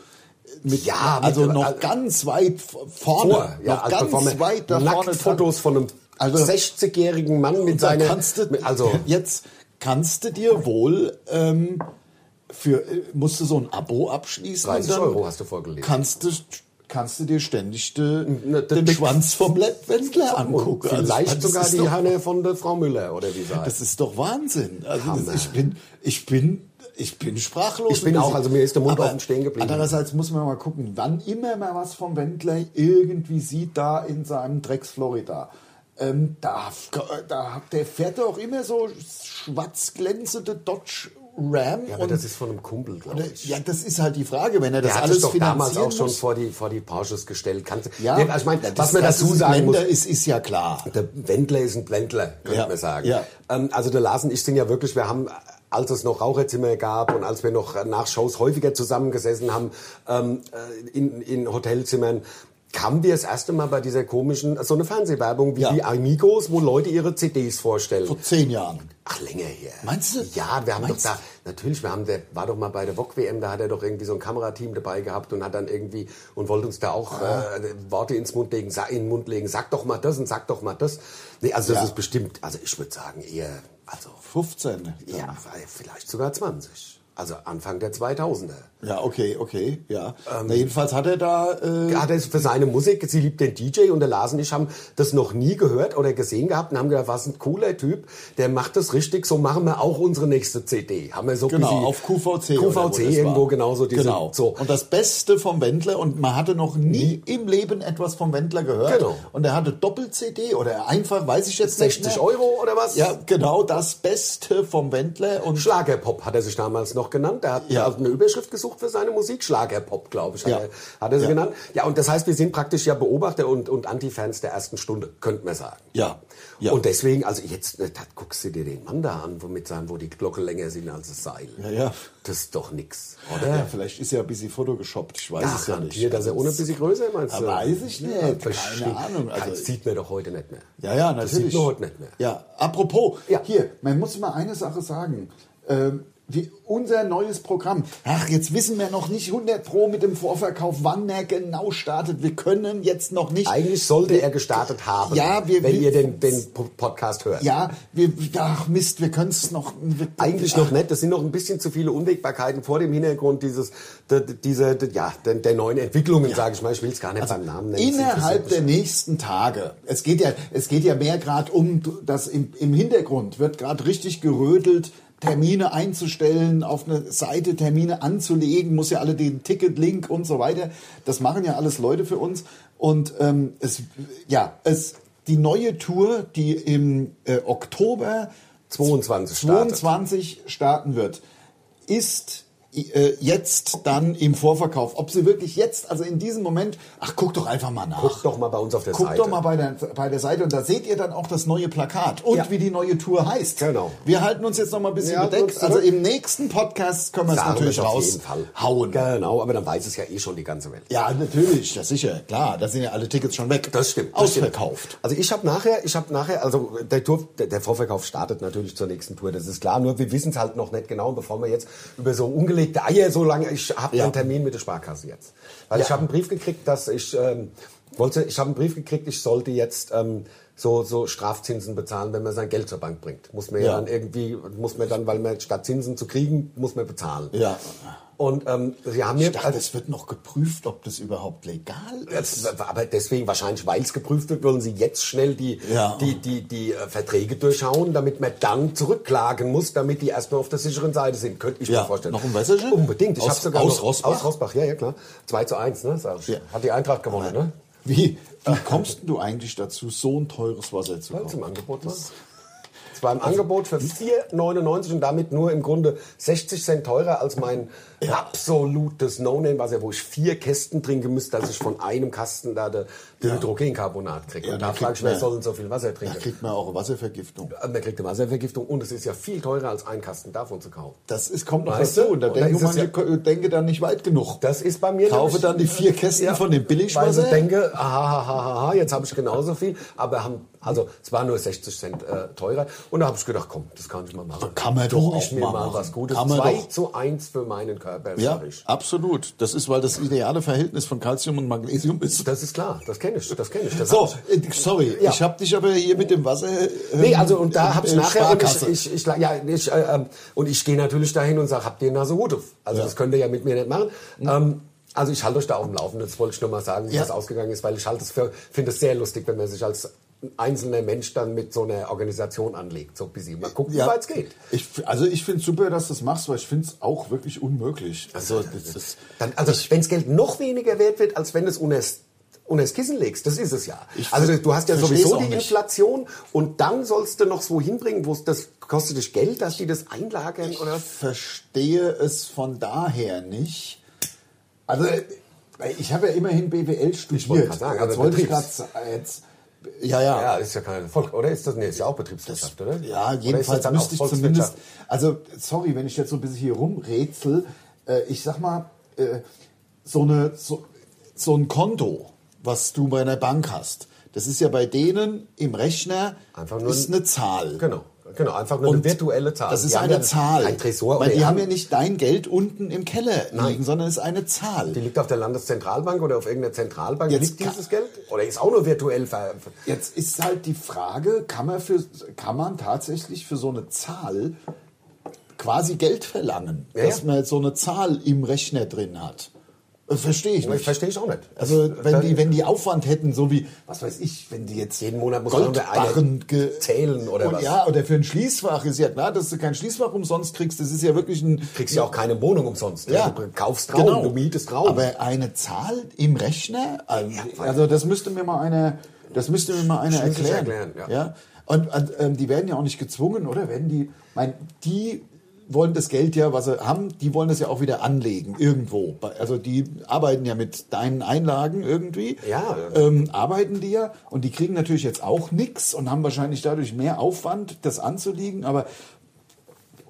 mit, Ja, mit- also noch also- ganz weit v- vorne, vor. Ja, noch also bevor ganz man weit da vorne. Nacktfotos von einem Also- 60-jährigen Mann mit Und da seiner. kannst du, mit- also jetzt kannst du dir wohl ähm, für äh, musst du so ein Abo abschließen. 30 und dann Euro hast du vorgelegt. Kannst du kannst du dir ständig de, ne, de- den de- Schwanz vom Lettwendler angucken. Also, vielleicht das sogar ist die doch- Hanne von der Frau Müller oder wie sie heißt. Das ist doch Wahnsinn. Also Hammer. das, ich bin, ich bin, ich bin sprachlos. Ich bin auch, also mir ist der Mund Aber offen stehen geblieben. Andererseits muss man mal gucken, wann immer man was vom Wendler irgendwie sieht, da in seinem Drecks Florida. Ähm, da, da, der fährt doch auch immer so schwarzglänzende Dodge Ram. ja, aber das ist von einem Kumpel, glaube ich. ja, das ist halt die Frage, wenn er das Der hat alles es doch finanzieren damals auch schon muss. vor die, vor die Porsches gestellt. Kannst, du- ja, Nee, also ich meine, was man das dazu ist ein sagen muss, Blender ist, ist ja klar. Der Wendler ist ein Blendler, könnte Ja, man sagen. ja. Ähm, also der Lars und ich sind ja wirklich, wir haben, als es noch Raucherzimmer gab und als wir noch äh, nach Shows häufiger zusammengesessen haben, ähm, äh, in, in Hotelzimmern, kamen wir das erste Mal bei dieser komischen, so eine Fernsehwerbung wie Ja. die Amigos, wo Leute ihre CDs vorstellen. Vor zehn Jahren. Ach, länger her. Meinst du? Ja, wir haben Meinst doch da, natürlich, wir haben, der war doch mal bei der VOG-WM, da hat er doch irgendwie so ein Kamerateam dabei gehabt und hat dann irgendwie, und wollte uns da auch Ah. äh, Worte ins Mund legen, sa- in den Mund legen, sag doch mal das und sag doch mal das. Nee, also das Ja. ist bestimmt, also ich würde sagen eher, also 15. ja. vielleicht sogar 20. Also Anfang der 2000er. Ja, okay, okay, ja. Ähm, Na, jedenfalls hat er da. Äh, Hat er es für seine Musik, sie liebt den DJ und der Lars und ich haben das noch nie gehört oder gesehen gehabt und haben gedacht, was ein cooler Typ, der macht das richtig, so machen wir auch unsere nächste CD. Haben wir so ein genau, bisschen- auf QVC. oder wo das QVC irgendwo war. genauso diese, Genau. so. Und das Beste vom Wendler, und man hatte noch nie im Leben etwas vom Wendler gehört. Genau. Und er hatte Doppel-CD oder einfach, weiß ich jetzt nicht. 60 mehr. Euro oder was? Ja, genau, das Beste vom Wendler. Und Schlagerpop hat er sich damals noch genannt. Er hat Ja. also eine Überschrift gesucht für seine Musik. Schlagerpop, glaube ich, hat, Ja. er, hat er sie Ja. genannt. Ja, und das heißt, wir sind praktisch ja Beobachter und, und Anti-Fans der ersten Stunde, könnte man sagen. Ja. Ja. Und deswegen, also jetzt, äh, da guckst du dir den Mann da an, wo, mit seinem, wo die Glocken länger sind als das Seil. Ja, ja. Das ist doch nix, oder? ja, vielleicht ist er ein bisschen photoshoppt, ich weiß es ja nicht. Hier, dass er ohne ein bisschen größer meinst du? Ja, weiß ich nicht. Keine verstehe. Ahnung, also- das sieht man doch heute nicht mehr. Ja, ja, Das natürlich. sieht man heute nicht mehr. Ja, apropos, Ja. hier, man muss mal eine Sache sagen. Ähm, wie unser neues Programm. Ach, jetzt wissen wir noch nicht 100 Pro mit dem Vorverkauf, wann er genau startet. Wir können jetzt noch nicht. Eigentlich sollte er gestartet haben, Ja, wir- wenn wir- ihr den, den P- Podcast hört. Ja, wir, ach Mist, wir können es noch. Wir, Eigentlich noch nicht. Das sind noch ein bisschen zu viele Unwägbarkeiten vor dem Hintergrund dieses, der, dieser, der- ja, der, der neuen Entwicklungen, sage ich mal. Ich will es gar nicht beim Namen nennen. Also Innerhalb der nächsten Tage. Es geht ja, es geht ja mehr gerade um, dass im, im Hintergrund wird gerade richtig gerödelt, Termine einzustellen, auf eine Seite Termine anzulegen, muss ja alle den Ticketlink und so weiter. Das machen ja alles Leute für uns. Und ähm, es, ja, es, die neue Tour, die im äh, Oktober 22 startet. 22 starten wird, ist äh, jetzt dann im Vorverkauf. Ob sie wirklich jetzt, also in diesem Moment, ach, guck doch einfach mal nach. Guckt doch mal bei uns auf der Guckt Seite. doch mal bei der, bei der Seite und da seht ihr dann auch das neue Plakat und Ja. wie die neue Tour heißt. Genau. Wir halten uns jetzt noch mal ein bisschen Wir halten uns bedeckt. zurück. Also im nächsten Podcast können wir es Sagen natürlich wir es auf jeden Fall. raushauen. Genau, aber dann weiß es ja eh schon die ganze Welt. Ja, natürlich, das sicher, klar. Da sind ja alle Tickets schon weg. Das stimmt. das Ausverkauft. Stimmt. Also ich habe nachher, ich habe nachher, also der Tour, der, der Vorverkauf startet natürlich zur nächsten Tour, das ist klar. Nur wir wissen es halt noch nicht genau, bevor wir jetzt über so ungelegte Eier so lange. Ich habe Ja. einen Termin mit der Sparkasse jetzt, weil ich habe einen Brief gekriegt, dass ich ähm, wollte, ich habe einen Brief gekriegt, ich sollte jetzt ähm, so, so Strafzinsen bezahlen, wenn man sein Geld zur Bank bringt. Muss man ja, Ja. dann irgendwie, muss man dann, weil man statt Zinsen zu kriegen, muss man bezahlen. Ja. Und ähm, sie haben mir Ich dachte, es wird noch geprüft, ob das überhaupt legal ist. das- Aber deswegen, wahrscheinlich, weil es geprüft wird, wollen sie jetzt schnell die, Ja. die, die, die äh, Verträge durchschauen, damit man dann zurückklagen muss, damit die erstmal auf der sicheren Seite sind. Könnte ich Ja, mir vorstellen. noch ein Wässerchen? Unbedingt. Ich Aus- hab sogar aus noch, Rosbach? Aus Rosbach, ja, ja, klar. 2 zu 1, ne? sag ich. Ja. Hat die Eintracht gewonnen, ne? Wie, wie kommst denn du eigentlich dazu, so ein teures Wasser zu Weil es im kaufen? Angebot war. beim Also, Angebot hm? für 4,99 und damit nur im Grunde 60 Cent teurer als mein absolutes No-Name, was ja, wo ich vier Kästen trinken müsste, dass ich von einem Kasten da de, de Ja. Hydrogencarbonat kriege. Ja, und da da frage kriegt ich, wer man- soll denn so viel Wasser Da trinken? kriegt man auch eine Wasservergiftung. Man kriegt eine Wasservergiftung und es ist ja viel teurer als einen Kasten davon zu kaufen. Das ist, kommt noch Weißt dazu. du? Und da Und denke dann man, ist es denke dann nicht weit genug. Das ist bei mir. Kaufe nämlich- dann die vier Kästen von dem Billigwasser? Weil ich denke, aha, aha, aha, aha, jetzt habe ich genauso viel. Aber haben, also es war nur 60 Cent äh, teurer. Und da habe ich gedacht, komm, das kann ich mal machen. kann man Tu doch ich auch mir mal mal machen. was Gutes. Kann man 2 doch. zu 1 für meinen Körper, Ja, sag ich. absolut. Das ist, weil das ideale Verhältnis von Calcium und Magnesium ist. Das ist klar, das kenne ich, das kenne ich. Das hab So, ich. äh, sorry, Ja. ich habe dich aber hier mit dem Wasser. äh, Nee, also und da habe ich äh, nachher und ich, Sparkasse. ich, ich, ja, ich, äh, ähm, und ich gehe natürlich dahin und sage, habt ihr Nasehutu? Also Ja. Hm. das könnt ihr ja mit mir nicht machen. Ähm, also ich halte euch da auf dem Laufenden. Das wollte ich nur mal sagen, wie Ja. das ausgegangen ist, weil ich halte es für, finde es sehr lustig, wenn man sich als einzelner Mensch dann mit so einer Organisation anlegt. So ein bisschen. Mal gucken, wie Ja. weit es geht. Ich, also ich finde super, dass du es machst, weil ich finde es auch wirklich unmöglich. Also das ist, Dann, also wenn das Geld noch weniger wert wird, als wenn du es unters, unters Kissen legst, das ist es ja. Ich also ver- du hast ja versteh's sowieso auch die nicht. Inflation und dann sollst du noch so hinbringen, wo es das kostet dich Geld, dass die das einlagern oder ich verstehe es von daher nicht. Also ich habe ja immerhin BWL studiert. wollte gerade sagen, jetzt aber wollte ich gerade Betriebs- jetzt. Ja, ja. Ja, ist ja kein Volk, oder? Ist das, nee, ist ja auch Betriebswirtschaft, oder? Ja, Oder ist das jedenfalls dann müsste auch ich zumindest. Volkswirtschaft? Also, sorry, wenn ich jetzt so ein bisschen hier rumrätsel. Äh, ich sag mal, äh, so, eine, so, so ein Konto, was du bei einer Bank hast, das ist ja bei denen im Rechner Einfach nur ist ein- eine Zahl. Genau, genau, einfach nur eine virtuelle Zahl. Das ist Die haben eine ja Zahl. Ein Tresor. Weil oder die haben ja nicht dein Geld unten im Keller liegen, sondern es ist eine Zahl. Die liegt auf der Landeszentralbank oder auf irgendeiner Zentralbank. Jetzt liegt kann- dieses Geld? Oder ist auch nur virtuell ver... Jetzt ist halt die Frage, kann man, für, kann man tatsächlich für so eine Zahl quasi Geld verlangen, Ja, dass ja. man jetzt so eine Zahl im Rechner drin hat? Das verstehe ich Ich nicht. verstehe ich auch nicht. Also wenn Dann- die, wenn die Aufwand hätten, so wie, was weiß ich, wenn die jetzt Jeden Monat muss Goldbarren irgendeiner ge- zählen oder und, was? Ja, oder für ein Schließfach ist ja klar, dass du kein Schließfach umsonst kriegst. Das ist ja wirklich ein... kriegst ja auch keine Wohnung umsonst. Ja, genau. Du kaufst Raum, du mietest Raum. Aber eine Zahl im Rechner, also, also das müsste mir mal einer, das müsste mir mal einer Schlüssig erklären. erklären, ja. Und, und ähm, die werden ja auch nicht gezwungen, oder? Werden die, mein, die wollen das Geld ja, was sie haben, die wollen das ja auch wieder anlegen irgendwo. Also die arbeiten ja mit deinen Einlagen irgendwie. Ja. Ähm, arbeiten die ja und die kriegen natürlich jetzt auch nichts und haben wahrscheinlich dadurch mehr Aufwand, das anzulegen. Aber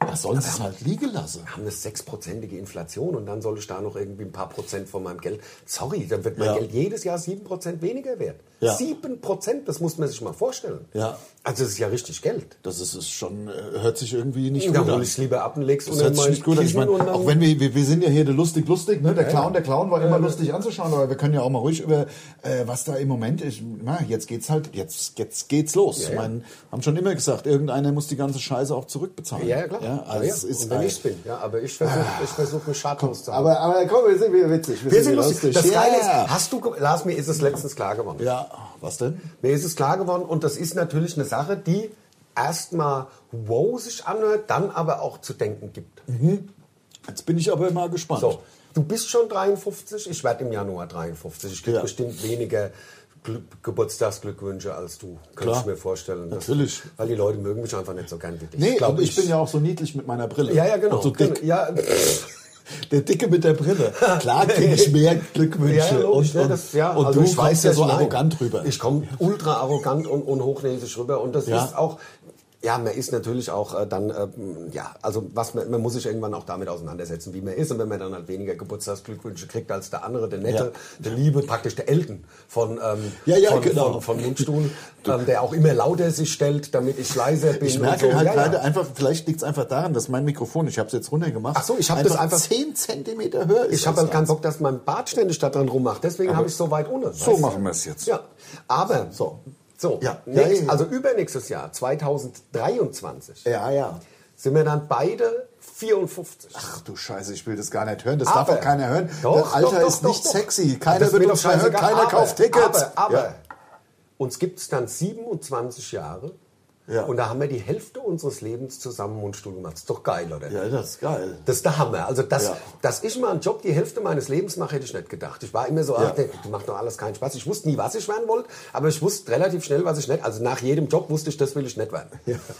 was sollen sie es halt liegen lassen? haben eine sechsprozentige Inflation und dann soll ich da noch irgendwie ein paar Prozent von meinem Geld. Sorry, dann wird mein Ja. Geld jedes Jahr sieben Prozent weniger wert. Ja. Sieben Prozent, das muss man sich mal vorstellen. Ja. Also das ist ja richtig Geld. Das ist, ist schon, äh, hört sich irgendwie nicht Da gut an. hole ich es lieber ab und leg's Das hört sich nicht gut an. Ich meine, auch wenn wir, wir, wir sind ja hier der lustig, lustig, ne? Der Clown, der Clown war immer lustig anzuschauen, aber wir können ja auch mal ruhig über, äh, was da im Moment ist. Na, jetzt geht's halt, jetzt, jetzt geht's los. Ich ja. meine, haben schon immer gesagt, irgendeiner muss die ganze Scheiße auch zurückbezahlen. ja, ja, klar. Ja, also ja, Es ist und wenn ein- ich bin. Ja, aber ich versuche ich versuch, mich schadlos zu haben. aber, aber komm, wir sind wieder witzig. wir sind lustig. Das Geile ja. ist, hast du, ge- Lars, mir ist es letztens klar geworden. ja, was denn? Mir ist es klar geworden und das ist natürlich eine Sache, die erstmal wow sich anhört, dann aber auch zu denken gibt. Jetzt bin ich aber mal gespannt. So, du bist schon 53, ich werde im Januar 53. Ich kriege Ja. bestimmt weniger Glück, Geburtstagsglückwünsche als du. Könnte Klar. ich mir vorstellen. dass- Natürlich. Weil die Leute mögen mich einfach nicht so gern wie dich. Nee, glaub aber ich bin ja auch so niedlich mit meiner Brille. Ja, ja, genau. Und so dick. Ja, Der Dicke mit der Brille. Klar kriege ich mehr Glückwünsche. ja, ja, logisch, und ne, und, das- ja, und also du ich komm schweißt ja sehr so schnell. arrogant rüber. Ich komme ultra arrogant und, und hochnäsig rüber und das Ja. ist auch... Ja, man ist natürlich auch äh, dann, äh, ja, also was man, man muss sich irgendwann auch damit auseinandersetzen, wie man ist. Und wenn man dann halt weniger Geburtstagsglückwünsche kriegt als der andere, der nette, der liebe, praktisch der Elten von, ähm, Ja, ja, von, genau. von, von Mundstuhl, ähm, der auch immer lauter sich stellt, damit ich leiser bin. Ich und merke so. halt ja, gerade ja. einfach, vielleicht liegt es einfach daran, dass mein Mikrofon, ich habe es jetzt runtergemacht. Ach so, ich hab das einfach- 10 Zentimeter höher ist. Ich habe als halt keinen sonst. Bock, dass mein Bart ständig da dran rummacht. Deswegen habe ich so weit ohne. So weißt du? machen wir es jetzt. Ja, aber So. so, so Ja. nächst, Ja, ja, ja. also übernächstes Jahr 2023 Ja, ja. sind wir dann beide 54. Ach du Scheiße, ich will das gar nicht hören. Das Aber- darf auch keiner hören. Doch, das Alter doch, doch, ist doch, nicht doch. sexy. Das Keiner ist wird mir doch uns mehr hören. scheißegal. Keiner Aber, kauft Tickets. Aber, aber Ja. uns gibt es dann 27 Jahre Ja. Und da haben wir die Hälfte unseres Lebens zusammen Mundstuhl gemacht. Ist doch geil, oder? Ja, das ist geil. Das ist der Hammer. Also, dass, Ja. dass ich mal einen Job die Hälfte meines Lebens mache, hätte ich nicht gedacht. Ich war immer so, ach, Ja. der das macht doch alles keinen Spaß. Ich wusste nie, was ich werden wollte, aber ich wusste relativ schnell, was ich nicht. Also nach jedem Job wusste ich, das will ich nicht werden.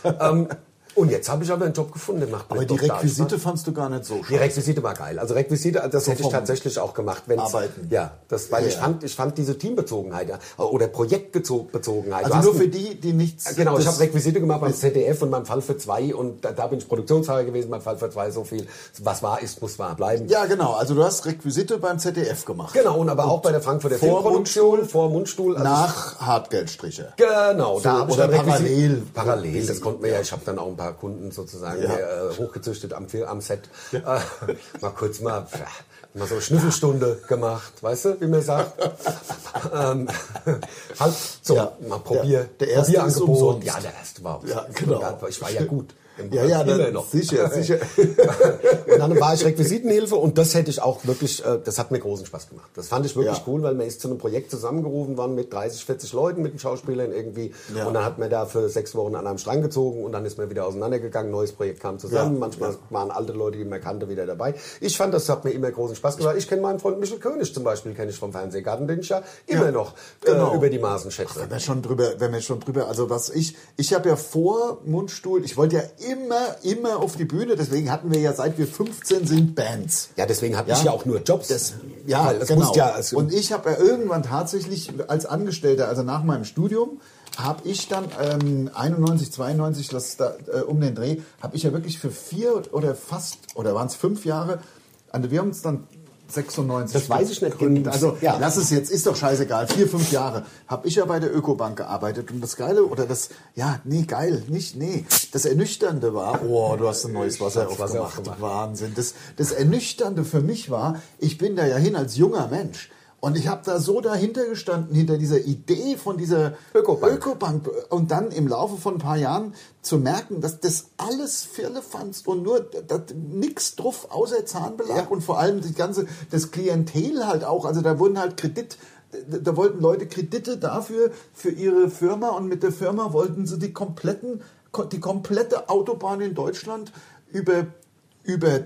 Ähm, und jetzt habe ich aber einen Job gefunden, der macht mir Aber die total Requisite Spaß. fandst du gar nicht so ne? Die schlecht. Requisite war geil. Also Requisite, also das hätte ich vom tatsächlich auch gemacht, wenn Arbeiten. Ja, das, weil Ja, ich ja. fand, ich fand diese Teambezogenheit ja, oder Projektbezogenheit. Du Also hast nur ein- für die, die nichts. Genau, ich das- habe Requisite gemacht beim ZDF und beim Fall für zwei und da, da bin ich Produktionsfahrer gewesen, beim Fall für zwei so viel. Was wahr ist, muss wahr bleiben. Ja, genau. Also du hast Requisite beim ZDF gemacht. Genau, und aber auch bei der Frankfurter vor Filmproduktion, vor Mundstuhl. also Nach Hartgeldstriche. Genau, da hab ich oder dann Requisi- parallel. Parallel, das konnten wir ja. Ich habe dann auch ein paar Kunden sozusagen Ja. äh, hochgezüchtet am, Fil- am Set. Äh, mal kurz mal, pff, mal so Schnüffelstunde gemacht, weißt du, wie man sagt. ähm, halt so, Ja. mal probier. Ja. Der erste ist Probierangebot. umsonst. Ja, der erste war Ja, umsonst. genau. Und da- Ich war ja gut. Im- Ja, ja, immer dann sicher, sicher. und dann war ich Requisitenhilfe und das hätte ich auch wirklich, äh, das hat mir großen Spaß gemacht. Das fand ich wirklich Ja. cool, weil man ist zu einem Projekt zusammengerufen worden mit 30, 40 Leuten, mit den Schauspielern irgendwie. Ja. Und dann hat man da für sechs Wochen an einem Strang gezogen und dann ist man wieder auseinandergegangen, neues Projekt kam zusammen. Ja. Manchmal Ja. waren alte Leute, die man kannte, wieder dabei. Ich fand, das hat mir immer großen Spaß gemacht. Ich kenne meinen Freund Michel König zum Beispiel, kenne ich vom Fernsehgarten, den ich ja immer noch genau. äh, über die Maßen schätze. Wenn wir schon drüber, wenn wir schon drüber, also was ich, ich habe ja vor Mundstuhl, ich wollte ja immer, immer auf die Bühne, deswegen hatten wir ja seit wir 15 sind Bands. Ja, deswegen hatte ich ja auch nur Jobs. Das, ja, Weil es genau. muss ja, es- und ich habe ja irgendwann tatsächlich als Angestellter, also nach meinem Studium, habe ich dann ähm, 91, 92, das da, äh, um den Dreh, habe ich ja wirklich für vier oder fast, oder waren es fünf Jahre, an, wir haben uns dann 96. Das weiß ich nicht. gegründet. Also Ja. lass es jetzt, ist doch scheißegal. Vier, fünf Jahre habe ich ja bei der Ökobank gearbeitet und das Geile oder das, ja, nee, geil, nicht, nee. Das Ernüchternde war, oh, du hast ein neues Wasser hab's Wasser aufgemacht. aufgemacht. Wahnsinn. Das, das Ernüchternde für mich war, ich bin da ja hin als junger Mensch. Und ich habe da so dahinter gestanden, hinter dieser Idee von dieser Ökobank. Ökobank. Und dann im Laufe von ein paar Jahren zu merken, dass das alles Firlefanz und nur nichts drauf außer Zahnbelag und vor allem die ganze, das Klientel halt auch. Also da wurden halt Kredit, da da wollten Leute Kredite dafür, für ihre Firma und mit der Firma wollten sie die kompletten, die komplette Autobahn in Deutschland über, über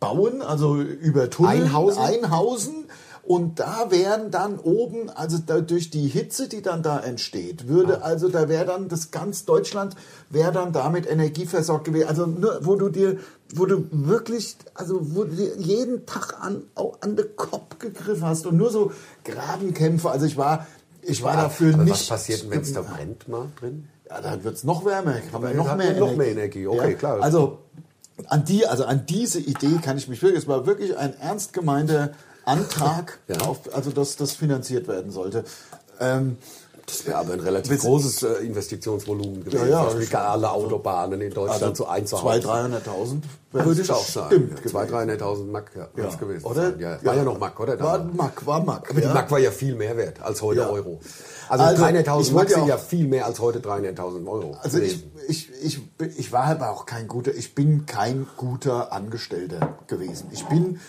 bauen, also über Tunnel, Einhausen? Einhausen. Und da wären dann oben, also da, durch die Hitze, die dann da entsteht, würde Ah. also da wäre dann das ganz Deutschland wäre dann damit energieversorgt gewesen. Also nur, wo du dir, wo du wirklich, also wo du dir jeden Tag an au- an den Kopf gegriffen hast und nur so Grabenkämpfe. Also ich war, ich war dafür aber nicht. was passiert, wenn es da brennt mal drin? Ja, dann wird es noch wärmer, kann man Dann noch hat mehr, man noch mehr Energie, okay, klar. Also an, die, also an diese Idee kann ich mich wirklich, es war wirklich ein ernst gemeinter Antrag, Ja. auf, also dass das finanziert werden sollte. Ähm, Das wäre aber ein relativ Wissen- großes äh, Investitionsvolumen gewesen. Ja, ja, Zum Beispiel schon. alle Autobahnen in Deutschland also zu einzuhauen. 200.000, 300.000. Würde ich auch sagen. Stimmt. Ja, 200.000, 300.000 Mark ja, Ja. wär's gewesen. Oder? sein. Ja, war ja noch Mark, oder? War damals? Mack, war Mack. Aber die ja. Mark war ja viel mehr wert als heute Ja. Euro. Also, Also, ich 300.000 Mark wollte ja sind auch- ja viel mehr als heute 300.000 Euro. Also ich, gewesen. ich, ich, ich war aber auch kein guter, ich bin kein guter Angestellter gewesen. Ich bin,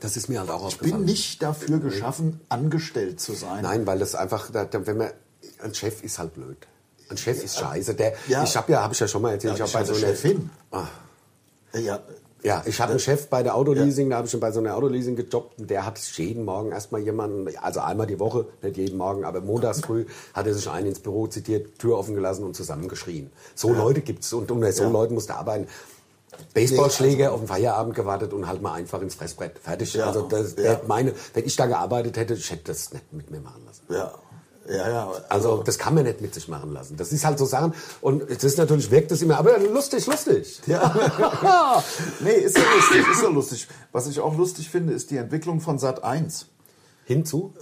das ist mir halt auch aufgefallen. bin nicht dafür geschaffen, angestellt zu sein. Nein, weil das einfach, da, da, wenn man, ein Chef ist halt blöd. Ein Chef ist scheiße. Der, Ja. Ich habe ja, habe ich ja schon mal erzählt, Ja, ich habe ich bei hatte so einer Chefin. Ah. Ja, Ja, ich hatte einen Chef bei der Autoleasing, da habe ich schon bei so einer Autoleasing gejobbt und der hat jeden Morgen erstmal jemanden, also einmal die Woche, nicht jeden Morgen, aber montags früh hat er sich einen ins Büro zitiert, Tür offen gelassen und zusammengeschrien. So Leute gibt's und unter so Ja. also Leuten musst du arbeiten. Baseballschläge auf den Feierabend gewartet und halt mal einfach ins Fressbrett. Fertig. Ja. Also das, Ja. meine, wenn ich da gearbeitet hätte, ich hätte das nicht mit mir machen lassen. ja, ja, ja. Also das kann man nicht mit sich machen lassen. Das ist halt so Sachen und das ist natürlich wirkt das immer, aber lustig, lustig. Ja. nee, ist ja lustig, ist ja lustig. Was ich auch lustig finde, ist die Entwicklung von Sat 1. Hinzu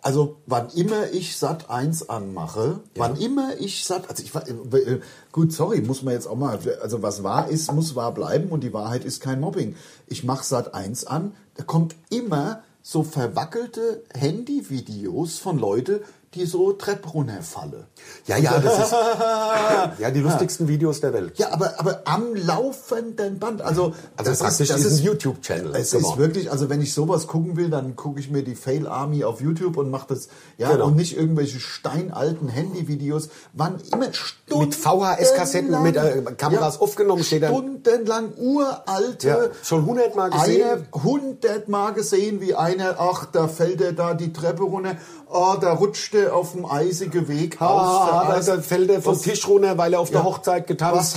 Also wann immer ich Sat 1 anmache, wann immer ich Sat, also ich war- äh, gut, sorry, muss man jetzt auch mal, also was wahr ist, muss wahr bleiben und die Wahrheit ist kein Mobbing. Ich mache Sat 1 an, da kommt immer so verwackelte Handyvideos von Leute, die so Treppe runterfalle. Ja, ja, das ist ja die lustigsten Videos der Welt. Ja, aber, aber am laufenden Band. Also, Also praktisch das diesen ist, YouTube-Channel Es ist geworden. wirklich, also wenn ich sowas gucken will, dann gucke ich mir die Fail Army auf YouTube und mache das, ja, Genau. und nicht irgendwelche steinalten Handyvideos, wann immer Stunden Mit VHS-Kassetten, mit äh, Kameras aufgenommen, steht dann- stundenlang uralte Ja, schon hundertmal gesehen. Einer hundertmal gesehen, wie einer, ach, da fällt er da die Treppe runter, oh, da rutscht er auf dem eisigen Weg Ah, aus. da fällt er vom Was- Tisch runter, weil er auf der Hochzeit getanzt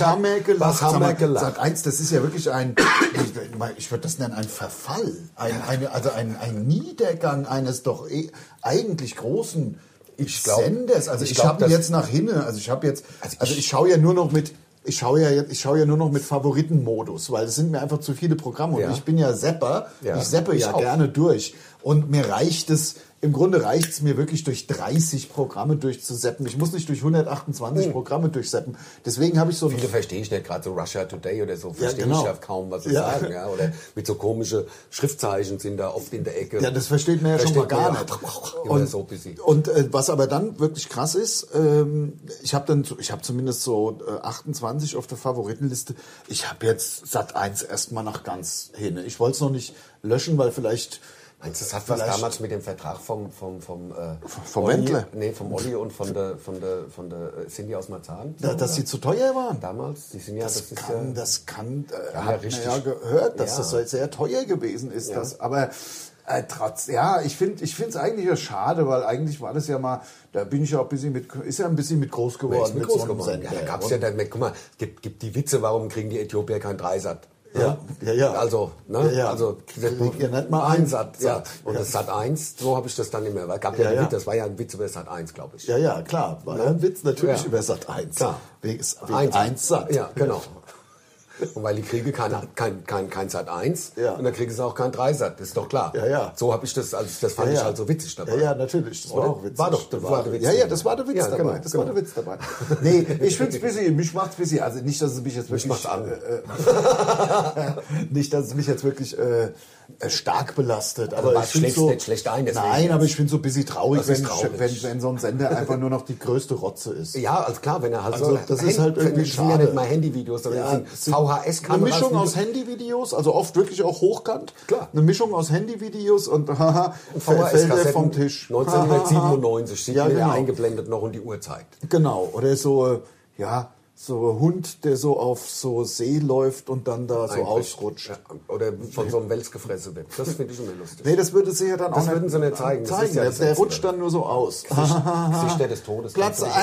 was haben wir hat. gelacht? Was haben wir Sag mal, gelacht? Sag eins, das ist ja wirklich ein, ich- ich würde das nennen, ein Verfall. Ein, eine, also ein, ein Niedergang eines doch eh, eigentlich großen glaub- Senders. Also ich ich, glaub, habe das- jetzt nach hinten, also ich habe jetzt, Also ich- also ich schaue ja nur noch mit, ich schaue ja, jetzt- ich schaue ja nur noch mit Favoritenmodus, weil es sind mir einfach zu viele Programme und Ja. ich bin ja Sepper, Ja. ich seppe Ich ja auch. gerne durch und mir reicht es, im Grunde reicht es mir wirklich durch 30 Programme durchzuseppen. Ich muss nicht durch 128 Programme durchseppen. Deswegen habe ich so ein Hm. Viele verstehe ich nicht, gerade so Russia Today oder so, verstehe genau. ich ja kaum, was sie Ja. sagen. Ja? Oder mit so komischen Schriftzeichen sind da oft in der Ecke. Ja, das versteht man ja schon mal man gar ja, nicht. Immer so busy. und äh, was aber dann wirklich krass ist, ähm, ich habe dann, zu- ich habe zumindest so äh, 28 auf der Favoritenliste. Ich habe jetzt Sat 1 erstmal nach ganz hin. Ich wollte es noch nicht löschen, weil vielleicht Meinst du, das hat was Vielleicht- damals mit dem Vertrag vom, vom, vom, äh, Vom Olli- Wendler? Nee, vom Olli und von der, von der, von der äh, Cindy aus Marzahn? da, dass sie zu teuer waren. damals, die sind ja, das, Das, ist kann, ja, das kann, äh, ja, hat man richtig. ja gehört, dass Ja. das halt sehr teuer gewesen ist. Das, aber äh, trotz, ja, ich finde es eigentlich ja schade, weil eigentlich war das ja mal, da bin ich ja auch ein bisschen mit, ist ja ein bisschen mit groß Wer geworden. ist mit so groß einem geworden. Ja, da Sender. gab's ja dann, guck mal, es gibt, gibt die Witze, warum kriegen die Äthiopier keinen Dreisat? Ja, ja, ja. Also, ne? Ja, ja. Also, Kriegt ihr nicht mal einen Sat. Satz. Ja. Und Ja. das Sat 1, so habe ich das dann immer, weil gab ja, Ja, den ja. Witz, das war ja ein Witz über Sat 1, glaube ich. Ja, ja, klar. War ja ein Witz natürlich Ja. über Sat 1. Klar. Wegen, wegen 1, Sat. Ja, genau. Und weil die kriege kein, kein, kein, kein Sat 1 Ja. und dann kriegen sie auch kein Dreisat, ist doch klar. Ja, ja. So habe ich das, also das fand Ja, ich ja. halt so witzig dabei. Ja, ja, natürlich. Das war Oder? auch witzig. War doch- das war war der Witz Ja, ja, dabei. das war der Witz Ja, dabei. genau, das genau. war der Witz dabei. Nee, ich find's busy. Mich macht's busy. Also nicht, dass es mich jetzt wirklich. macht's an. äh, nicht, dass es mich jetzt wirklich äh, äh, stark belastet. Aber man ich find's schläft's so, nicht schlecht ein, deswegen Nein, jetzt. aber ich bin so busy traurig, Das ist wenn, traurig. Wenn, wenn so ein Sender einfach nur noch die größte Rotze ist. Ja, also klar, wenn er halt Also, so. das ist halt irgendwie das sind ja schade. nicht mal Handyvideos, sondern Ja, das es sind sind VHS-Kameras. Eine Mischung aus Handyvideos, also oft wirklich auch hochkant. Klar. Eine Mischung aus Handyvideos und haha, fällt er VHS-Kassetten vom Tisch. 1997 sieht ja, man ja genau. eingeblendet noch und die Uhr zeigt. Genau, oder so, äh, ja, so ein Hund, der so auf so See läuft und dann da so Einbricht. Also ausrutscht. Ja, oder von so einem Wels gefressen wird. Das finde ich immer lustig. Nee, das würde sie ja dann Das auch würden sie nicht zeigen. Das ist ja der, das der Letzte. rutscht dann nur so aus. Gesichter des Todes. Platz Kannst du nicht-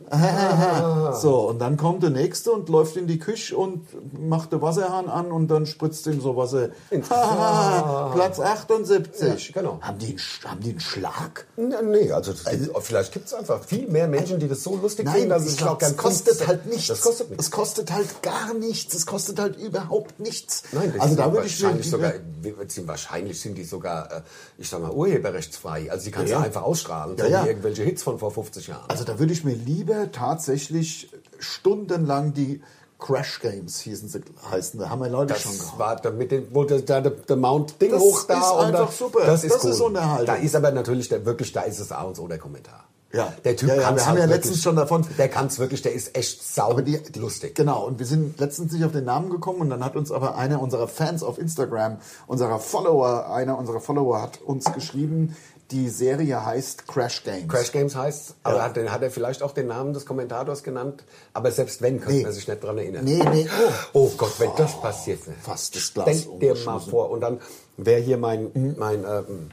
71. so, und dann kommt der Nächste und läuft in die Küche und macht den Wasserhahn an und dann spritzt ihm so Wasser. Platz 78. Ja, genau. Haben die, einen Sch- haben die einen Schlag? N- Nee, also, das gibt- vielleicht gibt es einfach viel mehr Menschen, die das so lustig Äh, Nein, finden, dass ich es glaub, auch das ganz kostet halt nichts. Das kostet nichts. Es kostet halt gar nichts. Es kostet halt überhaupt nichts. Nein, das also also da sind würde ich wahrscheinlich sogar, wir- sind, wahrscheinlich sind die sogar, äh, ich sag mal, urheberrechtsfrei. Also die kannst Ja, du ja. einfach ausstrahlen, Ja, so ja. wie irgendwelche Hits von vor 50 Jahren. Also da würde ich mir lieber tatsächlich stundenlang die Crash Games hießen sie, heißen. Da haben wir Leute schon das gehabt. war da mit dem, wo der, der, der Mount Ding Das hoch da ist und da, einfach super. Das ist Das cool. ist Unterhaltung. Da ist aber natürlich der wirklich, da ist es A und O der Kommentar. Ja. der Typ Ja, ja, kann's wir haben halt ja wirklich, letztens schon davon- Der kann's wirklich, der ist echt sau Aber die, die, lustig. Genau, und wir sind letztens nicht auf den Namen gekommen und dann hat uns aber einer unserer Fans auf Instagram, unserer Follower, einer unserer Follower hat uns geschrieben, die Serie heißt Crash Games. Crash Games heißt, aber hat, den- hat er vielleicht auch den Namen des Kommentators genannt? Aber selbst wenn, könnte man sich nicht dran erinnern. Nee, nee, oh. Oh Gott, wenn das passiert. ne? Fast das Glas um. Denk dir mal umgeschmissen. vor. Und dann wäre hier mein, mein, ähm,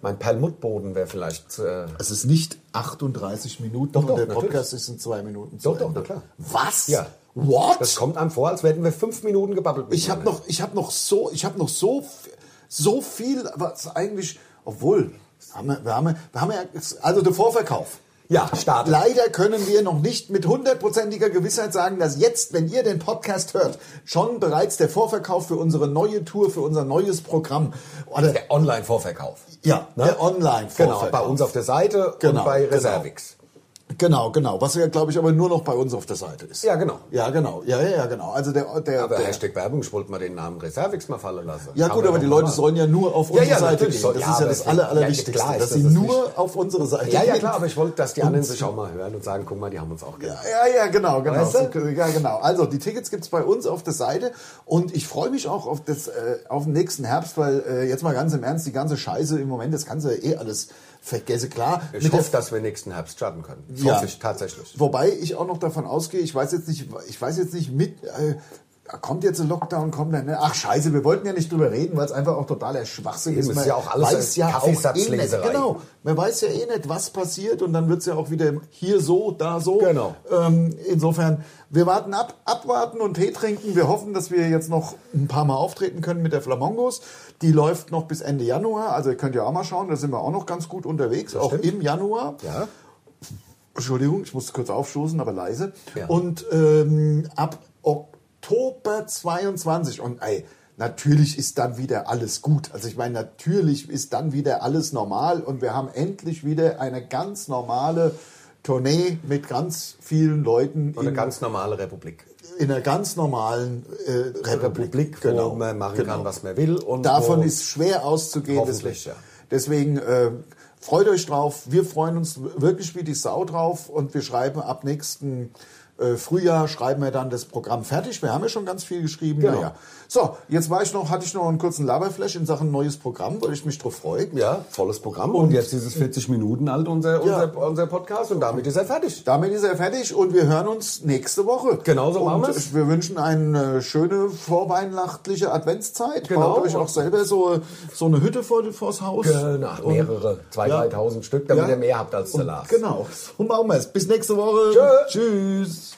mein Perlmuttboden wäre vielleicht. Äh, Es ist nicht 38 Minuten Doch, doch, und der natürlich. Podcast ist in zwei Minuten zu Doch, doch, Ende. na klar. Was? Ja. What? das kommt einem vor, als hätten wir fünf Minuten gebabbelt. Ich habe miteinander. noch, ich habe noch so, ich habe noch so, f- so viel, was eigentlich, obwohl, haben wir, wir haben, ja- wir haben ja, also der Vorverkauf. Ja, starten. Leider können wir noch nicht mit hundertprozentiger Gewissheit sagen, dass jetzt, wenn ihr den Podcast hört, schon bereits der Vorverkauf für unsere neue Tour, für unser neues Programm oder Der Online-Vorverkauf. ja, der Online-Vorverkauf. Genau, bei uns auf der Seite Genau, und bei genau. Reservix. Genau, genau. Was ja, glaube ich, aber nur noch bei uns auf der Seite ist. Ja, genau. Ja, genau. Ja, ja, ja, genau. Also der, der, Aber der Hashtag Werbung, ich wollte mal den Namen Reservix mal fallen lassen. ja gut, aber die Leute sollen ja nur auf unsere ja, Seite natürlich gehen. soll- Das ja, ist ja aber das es- aller, ja, allerwichtigste, klar ist dass das sie das nur auf unsere Seite Ja, ja, gehen. klar, aber ich wollte, dass die anderen sich auch mal hören und sagen, guck mal, die haben uns auch gehört. Ja, ja, genau, genau. Weißt So, ja, genau. Also die Tickets gibt's bei uns auf der Seite und ich freue mich auch auf, das, äh, auf den nächsten Herbst, weil äh, jetzt mal ganz im Ernst, die ganze Scheiße im Moment, das kannst du ja eh alles vergessen. Klar, Ich mit der hoffe, dass wir nächsten Herbst starten können. Das Ja. Hoffe ich tatsächlich. Wobei ich auch noch davon ausgehe, ich weiß jetzt nicht, ich weiß jetzt nicht mit. Äh, Kommt jetzt ein Lockdown, kommt dann. Ach Scheiße, wir wollten ja nicht drüber reden, weil es einfach auch totaler Schwachsinn Eben, ist. ist Man ja auch alles weiß ja auch eh nicht, Kaffeesatzleserei. Genau, man weiß ja eh nicht, was passiert und dann wird es ja auch wieder hier so, da so. Genau. Ähm, insofern, wir warten ab, abwarten und Tee trinken. Wir hoffen, dass wir jetzt noch ein paar Mal auftreten können mit der Flamongos. Die läuft noch bis Ende Januar, also ihr könnt ja auch mal schauen, da sind wir auch noch ganz gut unterwegs, auch stimmt. im Januar. Ja. Entschuldigung, ich musste kurz aufstoßen, aber leise. Ja. Und ähm, ab Oktober 22 und ey, natürlich ist dann wieder alles gut. Also ich meine, natürlich ist dann wieder alles normal und wir haben endlich wieder eine ganz normale Tournee mit ganz vielen Leuten Eine in, ganz normale Republik. in einer ganz normalen äh, Republik. genau. Republik, wo man machen kann, was man will. Und Davon wo- ist schwer auszugehen. Hoffentlich, deswegen ja. deswegen äh, freut euch drauf. Wir freuen uns wirklich wie die Sau drauf und wir schreiben ab nächsten äh, Frühjahr schreiben wir dann das Programm fertig. Wir haben ja schon ganz viel geschrieben. Genau. Naja. So, jetzt war ich noch, hatte ich noch einen kurzen Laberflash in Sachen neues Programm, weil ich mich drauf freue. Ja, volles Programm. Und jetzt ist es 40 Minuten alt, unser, unser, unser Podcast. Und damit ist er fertig. Damit ist er fertig und wir hören uns nächste Woche. Genau so machen Und wir's. Wir wünschen eine äh, schöne vorweihnachtliche Adventszeit. Genau. Baut euch auch selber so, so eine Hütte vor, vors Haus. Genau, mehrere, 2.000, Ja. 3.000 Stück, damit Ja. ihr mehr habt als der Lars. Genau, so machen wir es. Bis nächste Woche. Tschö. Tschüss.